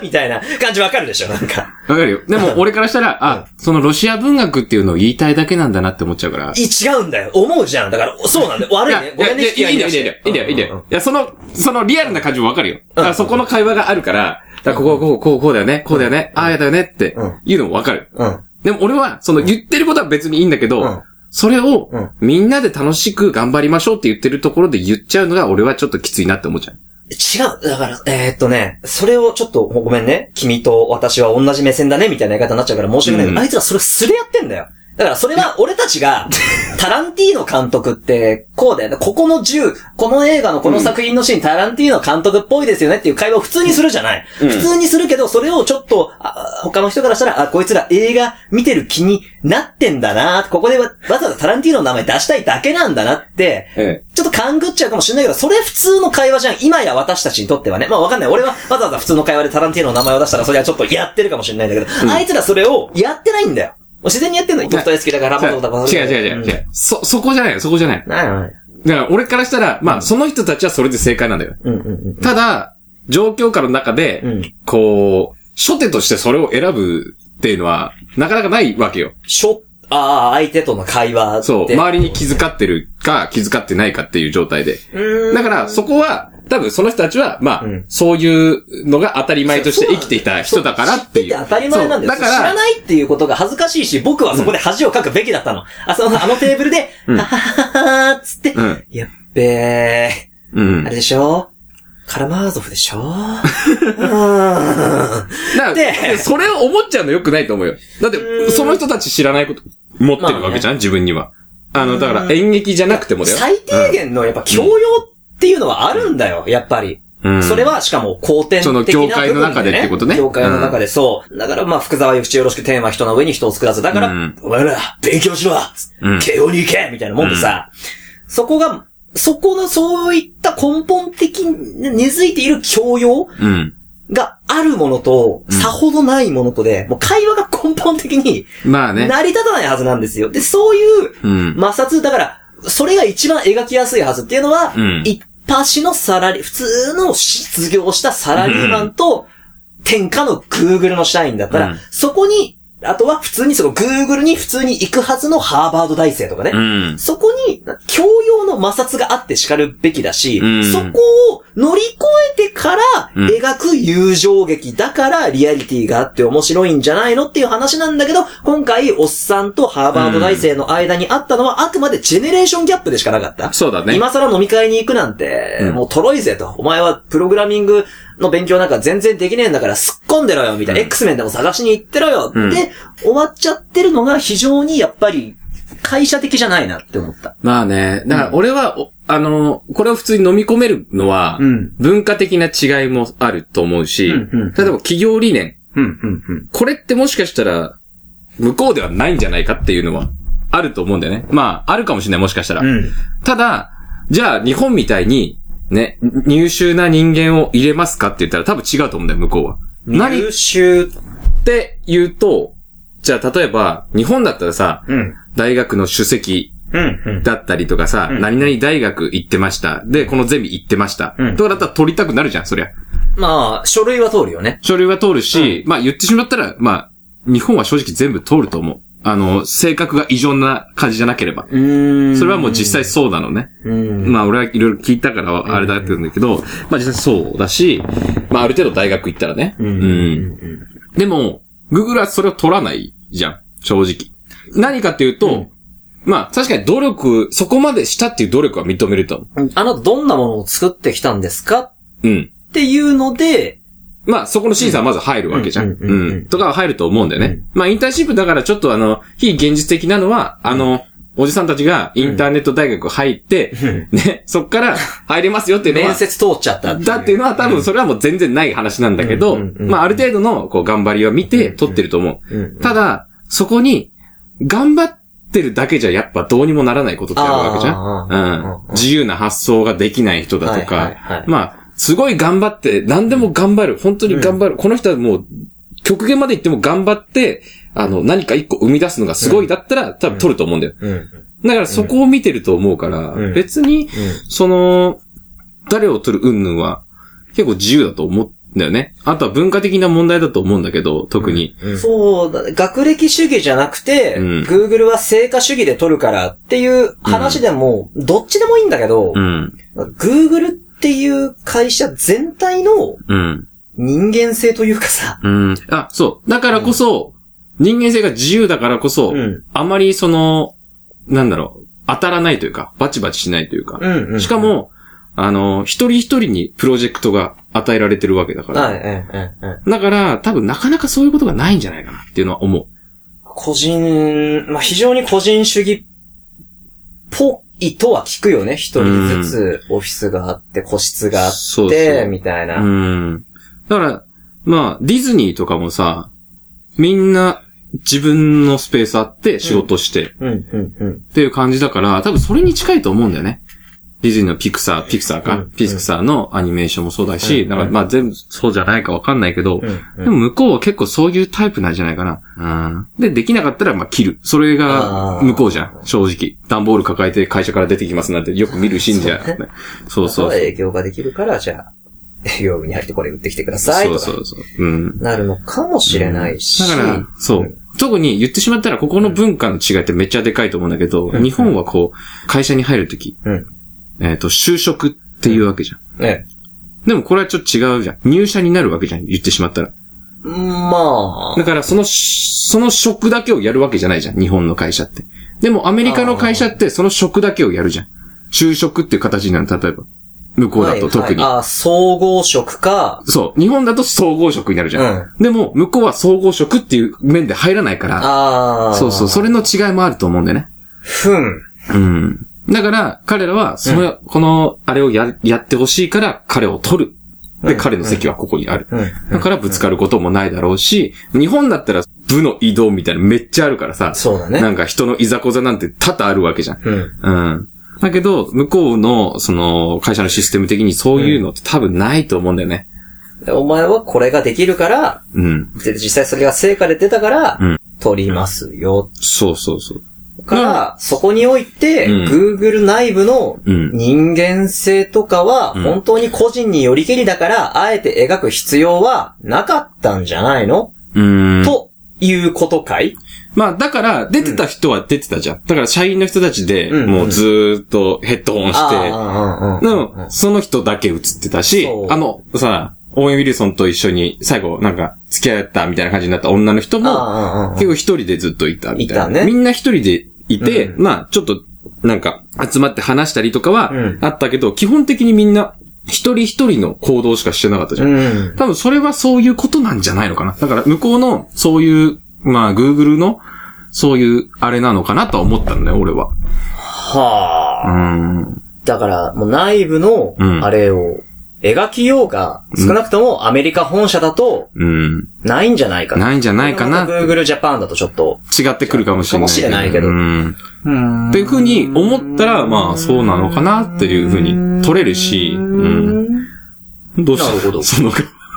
[SPEAKER 2] みたいな感じわかるでしょ、なんか。
[SPEAKER 1] わかるよ。でも、俺からしたら、あ、そのロシア文学っていうのを言いたいだけなんだなって思っちゃうから。
[SPEAKER 2] い違うんだよ。思うじゃん。だから、そうなんだよ。悪い
[SPEAKER 1] や
[SPEAKER 2] ね。ごめんね、
[SPEAKER 1] いやいやいいんだよ、いいんだよ、いいんだよ、いいんだよ。いや、その、そのリアルな感じもわかるよ。だからそこの会話があるから、だからここ、こう、こう、こうだよね、こうだよね、ああやだよねっていうのもわかる。
[SPEAKER 2] うん。
[SPEAKER 1] でも俺は、その言ってることは別にいいんだけど、
[SPEAKER 2] うん
[SPEAKER 1] それを
[SPEAKER 2] うん、
[SPEAKER 1] みんなで楽しく頑張りましょうって言ってるところで言っちゃうのが俺はちょっときついなって思っちゃう。
[SPEAKER 2] 違う。だから、えーっとね、それをちょっと、ごめんね。君と私は同じ目線だね、みたいな言い方になっちゃうから申し訳ないけど、
[SPEAKER 1] うん
[SPEAKER 2] あいつらそれをすれやってんだよ。だからそれは俺たちが、タランティーノ監督って、こうだよね。ここの10、この映画のこの作品のシーン、タランティーノ監督っぽいですよねっていう会話を普通にするじゃない。普通にするけど、それをちょっと、あ他の人からしたら、あ、こいつら映画見てる気になってんだな、ここでわわざわざタランティーノの名前出したいだけなんだなって、
[SPEAKER 7] え
[SPEAKER 2] ちょっと勘ぐっちゃうかもしれないけど、それ普通の会話じゃん。今や私たちにとってはね。まあわかんない。俺はわざわざ普通の会話でタランティーノの名前を出したら、それはちょっとやってるかもしれないんだけど、あいつらそれをやってないんだよ。もう自然にやってんの。ドクター好きだから、ラ
[SPEAKER 1] 違
[SPEAKER 2] ボ
[SPEAKER 1] う
[SPEAKER 2] とか
[SPEAKER 1] 違う違う違う。そ、そこじゃないよ、そこじゃない。
[SPEAKER 2] ないない。
[SPEAKER 1] だから俺からしたら、まあ、その人たちはそれで正解なんだよ。
[SPEAKER 2] うんうんうん。
[SPEAKER 1] ただ、状況下の中で、
[SPEAKER 2] うん
[SPEAKER 1] こう、初手としてそれを選ぶっていうのは、なかなかないわけよ。
[SPEAKER 2] しょ、ああ、相手との会話って。
[SPEAKER 1] そう。周りに
[SPEAKER 2] づ
[SPEAKER 1] 気遣ってるか、気遣ってないかっていう状態で。
[SPEAKER 2] うーん
[SPEAKER 1] だから、そこは、多分その人たちは、まあ、
[SPEAKER 2] うん
[SPEAKER 1] そういうのが当たり前として生きていた人だからっていう。
[SPEAKER 2] そう知ってて当たり前なんです
[SPEAKER 1] そうだ
[SPEAKER 2] 知
[SPEAKER 1] から
[SPEAKER 2] ら、ないっていうことが恥ずかしいし、僕はそこで恥をかくべきだったの。あ、その、あのテーブルで、ははははーっつって
[SPEAKER 1] うん、
[SPEAKER 2] やっべー。
[SPEAKER 1] うん。
[SPEAKER 2] あ
[SPEAKER 1] だ
[SPEAKER 2] れでしょカラマーゾフでし ょうーん。
[SPEAKER 1] から
[SPEAKER 2] で
[SPEAKER 1] それを思っちゃうの良くないと思うよ。だって、その人たち知らないこと持ってるわけじゃん、自分には。あの、だから演劇じゃなくてもだよ。
[SPEAKER 2] 最低限のやっぱ教養っていうのはあるんだよ、やっぱり。
[SPEAKER 1] うん
[SPEAKER 2] それはしかも後天的な
[SPEAKER 1] その業界の中で
[SPEAKER 2] 部分
[SPEAKER 1] ってことね
[SPEAKER 2] 業界の中でそう。だからまあ福沢諭吉よろしくテーマ人の上に人を作らず。だから、
[SPEAKER 1] うん
[SPEAKER 2] お前ら勉強しろ
[SPEAKER 1] うん
[SPEAKER 2] 慶応に行けみたいなもんでさ、そこが、そこのそういった根本的に根付いている教養
[SPEAKER 1] うん。
[SPEAKER 2] があるものと、さほどないものとで、もう会話が根本的に
[SPEAKER 1] まあね。
[SPEAKER 2] 成り立たないはずなんですよ。で、そういう
[SPEAKER 1] うん。
[SPEAKER 2] 摩擦、だから、それが一番描きやすいはずっていうのは、
[SPEAKER 1] うん
[SPEAKER 2] 一般市のサラリ、普通の失業したサラリーマンと、天下の Google の社員だったら、
[SPEAKER 1] うん
[SPEAKER 2] そこに、あとは普通にその Google に普通に行くはずのハーバード大生とかね、
[SPEAKER 1] うん。
[SPEAKER 2] そこに、教養の摩擦があって叱るべきだし、
[SPEAKER 1] うん
[SPEAKER 2] そこを乗り越えてから
[SPEAKER 1] うん
[SPEAKER 2] 描く友情劇だからリアリティがあって面白いんじゃないのっていう話なんだけど、今回、おっさんとハーバード大生の間にあったのはあくまでジェネレーションギャップでしかなかった。
[SPEAKER 1] そうだね。
[SPEAKER 2] 今更飲み会に行くなんて、
[SPEAKER 1] うん
[SPEAKER 2] もうとろいぜと。お前はプログラミングの勉強なんか全然できねえんだからすっ込んでろよ、みたいな。X メンでも探しに行ってろよ、
[SPEAKER 1] ん
[SPEAKER 2] で、終わっちゃってるのが非常にやっぱり会社的じゃないなって思った。
[SPEAKER 1] まあね。だから俺は、おあの、これを普通に飲み込めるのは、
[SPEAKER 2] うん
[SPEAKER 1] 文化的な違いもあると思うし、
[SPEAKER 2] うんうんうん
[SPEAKER 1] 例えば企業理念。
[SPEAKER 2] うん、うん、うん。
[SPEAKER 1] これってもしかしたら、向こうではないんじゃないかっていうのは、あると思うんだよね。まあ、あるかもしれない、もしかしたら。
[SPEAKER 2] うん。
[SPEAKER 1] ただ、じゃあ日本みたいに、ね、入秀な人間を入れますかって言ったら多分違うと思うんだよ、向こうは。何っ
[SPEAKER 2] 優秀。
[SPEAKER 1] て言うと、じゃあ例えば、日本だったらさ、
[SPEAKER 2] うん。
[SPEAKER 1] 大学の主席
[SPEAKER 2] うん、うん。
[SPEAKER 1] だったりとかさ、何々大学行ってました。で、このゼミ行ってました。
[SPEAKER 2] うん
[SPEAKER 1] とかだったら取りたくなるじゃん、そりゃ。
[SPEAKER 2] まあ、書類は通るよね。
[SPEAKER 1] 書類は通るし、まあ言ってしまったら、まあ、日本は正直全部通ると思う。あの、性格が異常な感じじゃなければ。
[SPEAKER 2] うん
[SPEAKER 1] それはもう実際そうなのね。
[SPEAKER 2] うん。
[SPEAKER 1] まあ俺はいろいろ聞いたからあれだったんだけど、まあ実際そうだし、まあある程度大学行ったらね。
[SPEAKER 2] ん
[SPEAKER 1] うんでも、Google はそれを取らないじゃん、正直。何かっていうと、まあ確かに努力、そこまでしたっていう努力は認めると思
[SPEAKER 2] あなたどんなものを作ってきたんですか
[SPEAKER 1] う。うん。
[SPEAKER 2] っていうので、
[SPEAKER 1] まあ、そこの審査はまず入るわけじゃん。
[SPEAKER 2] うんうんうんうん
[SPEAKER 1] うん。とかは入ると思うんだよね。まあ、インターンシップだからちょっとあの、非現実的なのは、あの、おじさんたちがインターネット大学入って、ね、そっから入れますよっていうのは
[SPEAKER 2] 面、接通っちゃったっていう
[SPEAKER 1] だっていうのは多分それはもう全然ない話なんだけど、
[SPEAKER 2] うんうんうん
[SPEAKER 1] まあある程度のこう頑張りは見て取ってると思
[SPEAKER 2] うん
[SPEAKER 1] う。ただ、そこに、頑張ってるだけじゃやっぱどうにもならないことってあるわけじゃ
[SPEAKER 2] あー
[SPEAKER 1] ん。うん。自由な発想ができない人だと
[SPEAKER 2] はいはいは
[SPEAKER 1] か
[SPEAKER 2] い、
[SPEAKER 1] まあ、すごい頑張って、何でも頑張る、本当に頑張る。この人はもう、極限まで行っても頑張って、あの、何か一個生み出すのがすごいだったら、多分取ると思うんだよ。
[SPEAKER 2] うん。
[SPEAKER 1] だからそこを見てると思うから、別に、その、誰を取る云々は、結構自由だと思うんだよね。あとは文化的な問題だと思うんだけど、特に。
[SPEAKER 2] そうだね、学歴主義じゃなくて、
[SPEAKER 1] うん
[SPEAKER 2] Google は成果主義で取るからっていう話でも、どっちでもいいんだけど、
[SPEAKER 1] うん。
[SPEAKER 2] Google っていう会社全体の
[SPEAKER 1] うん。
[SPEAKER 2] 人間性というかさ、
[SPEAKER 1] うん。あ、そう。だからこそ、人間性が自由だからこそ、
[SPEAKER 2] うん
[SPEAKER 1] あまりその、なんだろう、当たらないというか、バチバチしないというか。
[SPEAKER 2] うんうん
[SPEAKER 1] しかも、あの、一人一人にプロジェクトが与えられてるわけだから。
[SPEAKER 2] はい、ええ、ええ、ええ。
[SPEAKER 1] だから、多分なかなかそういうことがないんじゃないかなっていうのは思う。
[SPEAKER 2] 個人、まあ、非常に個人主義っぽいとは聞くよね。一人ずつオフィスがあって、個室があっ
[SPEAKER 1] そうそ
[SPEAKER 2] て、
[SPEAKER 1] う
[SPEAKER 2] みたいな。
[SPEAKER 1] うん。だから、まあ、ディズニーとかもさ、みんな自分のスペースあって仕事してっ
[SPEAKER 2] うん、うん、うん。
[SPEAKER 1] ていう感じだから、多分それに近いと思うんだよね。ディズニーのピクサー、ピクサーか、
[SPEAKER 2] うん
[SPEAKER 1] ピクサーのアニメーションもそうだし、なんかまあ全部そうじゃないかわかんないけど、
[SPEAKER 2] うん
[SPEAKER 1] でも向こうは結構そういうタイプなんじゃないかな。うん。で、できなかったらまあ切る。それが向こうじゃん、正直。段ボール抱えて会社から出てきますなんてよく見るシーンじゃん。
[SPEAKER 2] そう
[SPEAKER 1] そうそうそう。
[SPEAKER 2] 営業ができるから、じゃあ、営業部に入ってこれ売ってきてください
[SPEAKER 1] そ
[SPEAKER 2] と
[SPEAKER 1] う
[SPEAKER 2] か。
[SPEAKER 1] そうそう。うん。
[SPEAKER 2] なるのかもしれないし。
[SPEAKER 1] だから、そう。特に言ってしまったら、ここの文化の違いってめっちゃでかいと思うんだけど、日本はこう、会社に入るとき、
[SPEAKER 2] うん
[SPEAKER 1] えっ、と、就職っていうわけじゃん。
[SPEAKER 2] ね。
[SPEAKER 1] でもこれはちょっと違うじゃん。入社になるわけじゃん、言ってしまったら。
[SPEAKER 2] まあ
[SPEAKER 1] だ、から、そのし、その職だけをやるわけじゃないじゃん、日本の会社って。でも、アメリカの会社って、その職だけをやるじゃん。就職っていう形になる、例えば。向こうだと特に。
[SPEAKER 2] はいはいあ、総合職か、
[SPEAKER 1] そう。日本だと総合職になるじゃん。でも、向こうは総合職っていう面で入らないから、
[SPEAKER 2] ああ、
[SPEAKER 1] そうそう、それの違いもあると思うんだよね。
[SPEAKER 2] ふん。
[SPEAKER 1] うん。だから、彼らは、その、この、あれをや、やってほしいから、彼を取る。で、彼の席はここにある。だから、ぶつかることもないだろうし、日本だったら、部の移動みたいなのめっちゃあるからさ、
[SPEAKER 2] そうだ
[SPEAKER 1] な
[SPEAKER 2] ね。
[SPEAKER 1] んか人のいざこざなんて多々あるわけじゃん。
[SPEAKER 2] うん。
[SPEAKER 1] うん。だけど、向こうの、その、会社のシステム的にそういうのって多分ないと思うんだよね。
[SPEAKER 2] でお前はこれができるから、
[SPEAKER 1] うん。
[SPEAKER 2] で実際それが成果で出たから、
[SPEAKER 1] うん
[SPEAKER 2] 取りますよ。
[SPEAKER 1] そうそうそう。
[SPEAKER 2] から、そこにおいて、
[SPEAKER 1] うん
[SPEAKER 2] Google 内部の
[SPEAKER 1] うん
[SPEAKER 2] 人間性とかは、
[SPEAKER 1] ん
[SPEAKER 2] 本当に個人によりけりだから、あえて描く必要はなかったんじゃないの、
[SPEAKER 1] うん。
[SPEAKER 2] ということかい
[SPEAKER 1] まあ、だから、出てた人は出てたじゃん。だから、社員の人たちで、
[SPEAKER 2] うん
[SPEAKER 1] もうずーっとヘッドホンして、
[SPEAKER 2] ああ、うん
[SPEAKER 1] で
[SPEAKER 2] うんうん
[SPEAKER 1] もその人だけ映ってたし
[SPEAKER 2] そ、う
[SPEAKER 1] あの、さ、オーウェン・ウィルソンと一緒に、最後、なんか、付き合ったみたいな感じになった女の人も、
[SPEAKER 2] ああ、うんうん
[SPEAKER 1] 結構一人でずっといたみたいな。
[SPEAKER 2] いたね
[SPEAKER 1] みんな一人でいて、
[SPEAKER 2] う
[SPEAKER 1] まあ、ちょっと、なんか、集まって話したりとかは
[SPEAKER 2] うん、
[SPEAKER 1] あったけど、基本的にみんな、一人一人の行動しかしてなかったじゃん。
[SPEAKER 2] うん。
[SPEAKER 1] 多分それはそういうことなんじゃないのかな。だから向こうのそういう、まあ Google のそういうあれなのかなとは思ったんだよ、俺は。
[SPEAKER 2] はあ。
[SPEAKER 1] うん。
[SPEAKER 2] だから、もう内部の
[SPEAKER 1] う、ん
[SPEAKER 2] あれを、描きようが、少なくともアメリカ本社だと、
[SPEAKER 1] うん。
[SPEAKER 2] ないんじゃないかな。
[SPEAKER 1] ないんじゃないかな。
[SPEAKER 2] Google Japan だとちょっと、
[SPEAKER 1] 違ってくるかもしれない。
[SPEAKER 2] かもしれないけど
[SPEAKER 1] うん。
[SPEAKER 2] うん
[SPEAKER 1] っていうふうに思ったら、まあそうなのかなっていうふうに取れるし、うん。どうした
[SPEAKER 2] なるほど
[SPEAKER 1] その、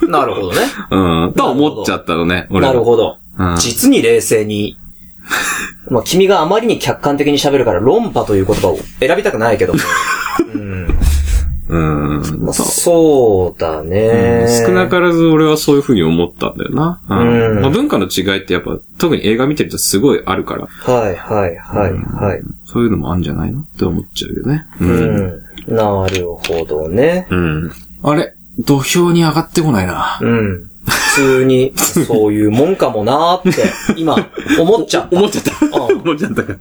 [SPEAKER 2] なるほどね。
[SPEAKER 1] うん。とは思っちゃったのね、俺
[SPEAKER 2] な
[SPEAKER 1] は
[SPEAKER 2] るほど。
[SPEAKER 1] うん
[SPEAKER 2] 実に冷静に。まあ、君があまりに客観的に喋るから、論破という言葉を選びたくな いけども。うん。
[SPEAKER 1] う
[SPEAKER 2] ま
[SPEAKER 1] ん。
[SPEAKER 2] あ、
[SPEAKER 1] そう
[SPEAKER 2] そうだね。
[SPEAKER 1] 少なからず俺はそういう風に思ったんだよな。
[SPEAKER 2] うん
[SPEAKER 1] まあ、文化の違いってやっぱ、特に映画見てるとすごいあるから、
[SPEAKER 2] はいはいはいはい。
[SPEAKER 1] そういうのもあるんじゃないのって思っちゃうよね。う。
[SPEAKER 2] うんん。なるほどね。
[SPEAKER 1] うん。あれ、土俵に上がってこないな。
[SPEAKER 2] うん。普通に、 そういうもんかもなーって、今、思っち ゃった。
[SPEAKER 1] 思っちゃった。
[SPEAKER 2] うん
[SPEAKER 1] 思っちゃったから。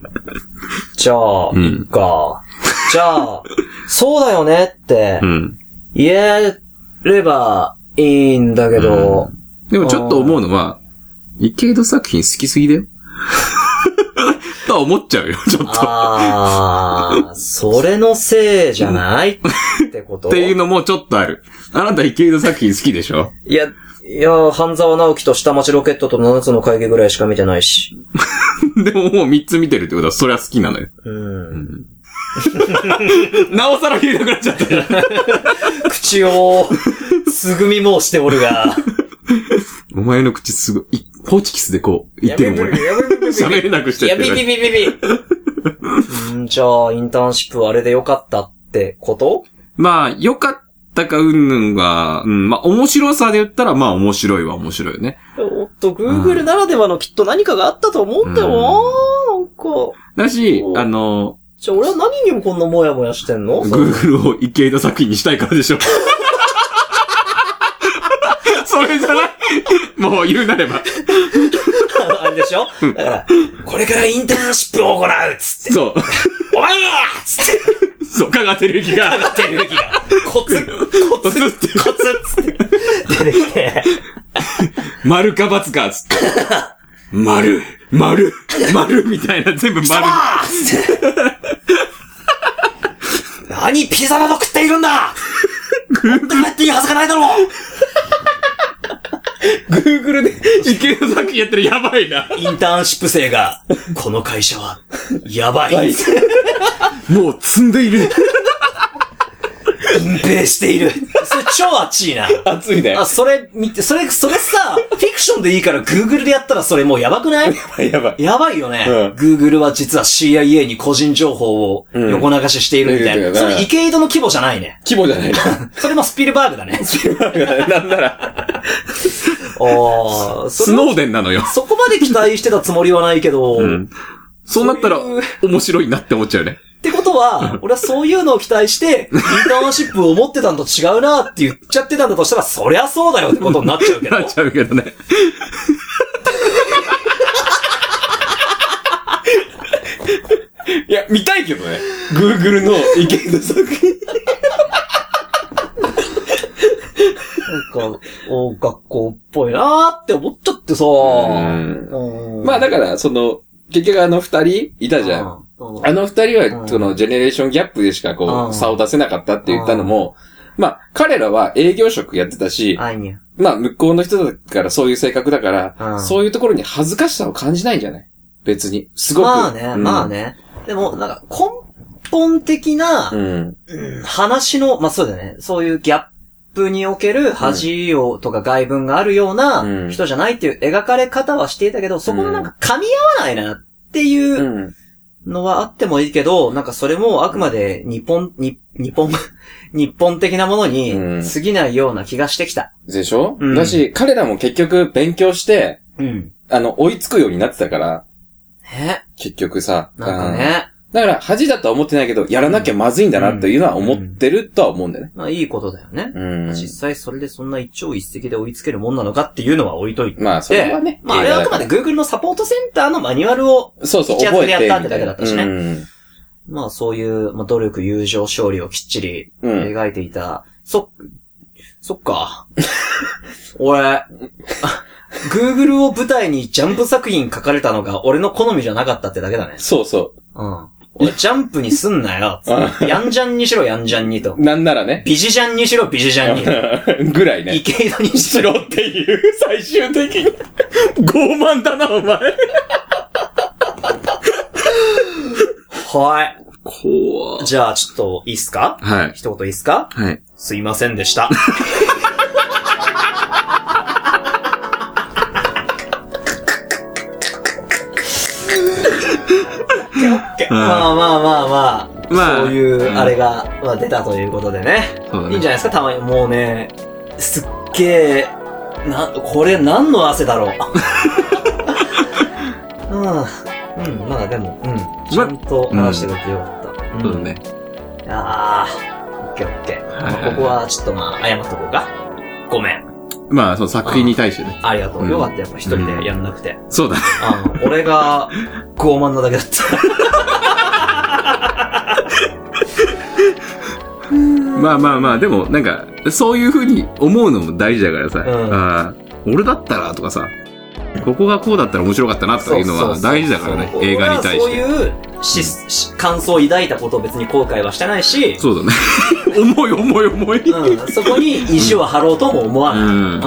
[SPEAKER 2] じゃあ、
[SPEAKER 1] うん
[SPEAKER 2] いっか。じゃあ、そうだよねって
[SPEAKER 1] う、ん。
[SPEAKER 2] 言えればいいんだけど、
[SPEAKER 1] でもちょっと思うのは、池井戸作品好きすぎ だよ。とは思っちゃうよ、ちょっと。っ
[SPEAKER 2] ああ、それのせいじゃないってこと
[SPEAKER 1] ていうのもちょっとある。あなた池井戸作品好きでしょ
[SPEAKER 2] いや、いや、半沢直樹と下町ロケットと七つの会議ぐらいしか見てないし。
[SPEAKER 1] でももう3つ見てるってことは、それは好きなのよ。
[SPEAKER 2] うん。
[SPEAKER 1] なおさら聞いたくなっちゃったじゃん。
[SPEAKER 2] 口を、すぐみもうしてお るが。
[SPEAKER 1] お前の口すごい、いホーチキスでこう、言ってるもん俺。喋れなくしち
[SPEAKER 2] い
[SPEAKER 1] ゃ
[SPEAKER 2] や、
[SPEAKER 1] って
[SPEAKER 2] ビビ
[SPEAKER 1] る。
[SPEAKER 2] ビビビ。うんじゃあ、インターンシップはあれでよかったってこと
[SPEAKER 6] まあ、良かったかうんぬんが、うん、まあ、面白さで言ったら、まあ、面白いは面白いよね。
[SPEAKER 2] おっと、Google ならではのきっと何かがあったと思うんだよな、なんか。
[SPEAKER 6] だし
[SPEAKER 2] お、
[SPEAKER 6] あの、
[SPEAKER 2] じゃあ俺は何にもこんなモヤモヤしてんの
[SPEAKER 6] Google を池井戸作品にしたいからでしょ。それじゃないもう言うなれば。
[SPEAKER 2] あれでしょだから、これからインターンシップを行うっつ
[SPEAKER 6] そ
[SPEAKER 2] って、お前やっつって、
[SPEAKER 6] う。そう、香川照之が。
[SPEAKER 2] 手抜きが、コツ、コツ、コツっつって、出てきて、
[SPEAKER 6] 丸か×か、つって。丸、丸、丸みたいな、全部丸。
[SPEAKER 2] あーっつって。何ピザなど食っているんだ食っていいはずがないだろう
[SPEAKER 6] Google で池井戸作品やったらやばいな。
[SPEAKER 2] インターンシップ生が、この会社は、やばい。隠
[SPEAKER 6] もう積んでいる。
[SPEAKER 2] 蔽している。それ超熱いな。
[SPEAKER 1] 熱いね。
[SPEAKER 2] あ、それ見て、それ、それさ、フィクションでいいから Google でやったらそれもうやばくない
[SPEAKER 1] やばい。
[SPEAKER 2] やばいよね。
[SPEAKER 1] うん
[SPEAKER 2] Google は実は CIA に個人情報を横流ししているみたいな。
[SPEAKER 1] うん
[SPEAKER 2] それ、池井戸の規模じゃないね。
[SPEAKER 1] 規模じゃないな。
[SPEAKER 2] それもスピルバーグだね。
[SPEAKER 1] なんなら、
[SPEAKER 2] ああ、そ
[SPEAKER 6] ス
[SPEAKER 2] れ
[SPEAKER 6] ノーデンなのよ。
[SPEAKER 2] そこまで期待してたつもりはないけど、
[SPEAKER 6] んそうなったら、面白いなって思っちゃうよね。
[SPEAKER 2] ってことは、俺はそういうのを期待して、インターンシップを持ってたのと違うなって言っちゃってたんだとしたら、そりゃそうだよってことになっちゃうけ ど
[SPEAKER 6] な。っちゃうけどね。
[SPEAKER 1] いや、見たいけどね。Google の池井戸作品。
[SPEAKER 2] なんか、お学校っぽいなーって思っちゃってさ、うん
[SPEAKER 1] まあだから、その、結局あの二人いたじゃん。
[SPEAKER 2] うん
[SPEAKER 1] あの二人
[SPEAKER 2] う
[SPEAKER 1] は、
[SPEAKER 2] ん
[SPEAKER 1] その、ジェネレーションギャップでしか、こ
[SPEAKER 2] う
[SPEAKER 1] う、
[SPEAKER 2] ん
[SPEAKER 1] 差を出せなかったって言ったのも、まあ、彼らは営業職やってたし、
[SPEAKER 2] あいにゃ。
[SPEAKER 1] まあ、向こうの人だから、そういう性格だから、
[SPEAKER 2] うん
[SPEAKER 1] そういうところに恥ずかしさを感じないんじゃない別に。すごく。
[SPEAKER 2] まあね、
[SPEAKER 1] うん
[SPEAKER 2] まあ。ね。でも、なんか、根本的
[SPEAKER 1] う
[SPEAKER 2] な、
[SPEAKER 1] ん。
[SPEAKER 2] うん話の、まあそうだね、そういうギャップにおける恥をとか外文があるよう
[SPEAKER 1] うん。
[SPEAKER 2] な人じゃないっていう描かれ方はしていたけど、そこがなんか噛み合わないなっていううんのはあってもいいけど、なんかそれもあくまで日本、に日本、 日本的なもの
[SPEAKER 1] うん
[SPEAKER 2] に過ぎないような気がしてきた。
[SPEAKER 1] でしょ、
[SPEAKER 2] うん
[SPEAKER 1] だし、彼らも結局、勉強して、
[SPEAKER 2] うん。
[SPEAKER 1] あの、追いつくようになってたから、
[SPEAKER 2] ね、
[SPEAKER 1] 結局さ。
[SPEAKER 2] なんか
[SPEAKER 1] うん
[SPEAKER 2] ね、
[SPEAKER 1] だから、恥だとは思ってないけど、やらなきゃまずいんだなというのは思ってるとは思うんだよね。
[SPEAKER 2] まあいいことだよね。
[SPEAKER 1] うん。
[SPEAKER 2] 実際それでそんな一朝一夕で追いつけるもんなのかっていうのは置いといて。
[SPEAKER 1] まあ、それはね。
[SPEAKER 2] まああれはあくまで Google のサポートセンターのマニュアルを、
[SPEAKER 1] そうそう、
[SPEAKER 2] 口
[SPEAKER 1] 覚
[SPEAKER 2] 当
[SPEAKER 1] えて
[SPEAKER 2] てで
[SPEAKER 1] み
[SPEAKER 2] や
[SPEAKER 1] たいな。
[SPEAKER 2] ったんだけだったしね
[SPEAKER 1] うん
[SPEAKER 2] まあそういう、まあ努力、友情、勝利をきっちり
[SPEAKER 1] うん
[SPEAKER 2] 描いていた。そ、そっか。俺、Google を舞台にジャンプ作品書かれたのが俺の好みじゃなかったってだけだね。
[SPEAKER 1] そうそ
[SPEAKER 2] うん。俺ジャンプにすん なよ。つってやんじゃんにしろやんじゃんにと
[SPEAKER 1] う。。なんなら ね。
[SPEAKER 2] ビジジャンにしろビジジャンに。
[SPEAKER 1] ぐらいね。
[SPEAKER 2] 池井戸にし
[SPEAKER 1] し
[SPEAKER 2] ろ。
[SPEAKER 1] ろっていう、最終的に。傲慢だな、お前。
[SPEAKER 2] はい。
[SPEAKER 6] 怖
[SPEAKER 2] じゃあちょっといいっすか
[SPEAKER 6] はい。
[SPEAKER 2] 一言いいっすか
[SPEAKER 6] はい。
[SPEAKER 2] すいませんでした。まあまあまあまあ、
[SPEAKER 6] まあ
[SPEAKER 2] そういうあれが、まあ、出たということでね。
[SPEAKER 6] そうだ
[SPEAKER 2] いいん
[SPEAKER 6] ね
[SPEAKER 2] じ。ゃないですかたまに。もうね、すっげえ、な、これ何の汗だろう。うん、うん、まあでも、うん、ちゃんと話してくれてよかった。ん
[SPEAKER 6] そうだね。
[SPEAKER 2] ああ、オッケーオッケー。
[SPEAKER 6] い
[SPEAKER 2] まあここはちょっとまあ、謝っとこうか。ごめん。
[SPEAKER 6] まあ、その作品に対してね。
[SPEAKER 2] ありがと
[SPEAKER 6] う
[SPEAKER 2] う。
[SPEAKER 6] ん
[SPEAKER 2] よかった、やっぱ一人でやんなくて。
[SPEAKER 6] そうだね。
[SPEAKER 2] あの、俺が傲慢なだけ だった。
[SPEAKER 6] まあまあまあ、でも、なんか、そういう風に思うのも大事だからさ、
[SPEAKER 2] うん
[SPEAKER 6] ああ俺だったらとかさ、ここがこうだったら面白かったなとかいうのは大事だからね
[SPEAKER 2] そう、そう
[SPEAKER 6] 映画に対し
[SPEAKER 2] 俺
[SPEAKER 6] て。
[SPEAKER 2] はそういうし、し感想を抱いたことを別に後悔はしてないし、
[SPEAKER 6] そう だね。重い重い重い。
[SPEAKER 2] うん、そこに意地を張ろうとも思わ
[SPEAKER 6] う
[SPEAKER 2] ない。
[SPEAKER 6] ん。
[SPEAKER 2] うん。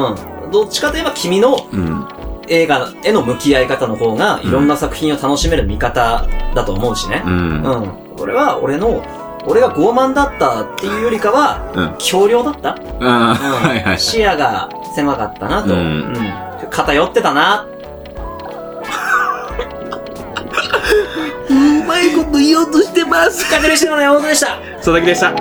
[SPEAKER 2] どっちかといえば君の
[SPEAKER 6] うん。
[SPEAKER 2] 映画への向き合い方の方が、いろんな作品を楽しめる見方だと思うしね。
[SPEAKER 6] うん。
[SPEAKER 2] うん。俺は、俺の、俺が傲慢だったっていうよりかは、
[SPEAKER 6] うん
[SPEAKER 2] 強量だった、
[SPEAKER 6] ああ、はいはい。
[SPEAKER 2] 視野が狭かったなと。
[SPEAKER 6] うん
[SPEAKER 2] うん偏ってた な。 うまいこと言おうとしてます。かけるしのね、大野でした。
[SPEAKER 6] 佐々木でした。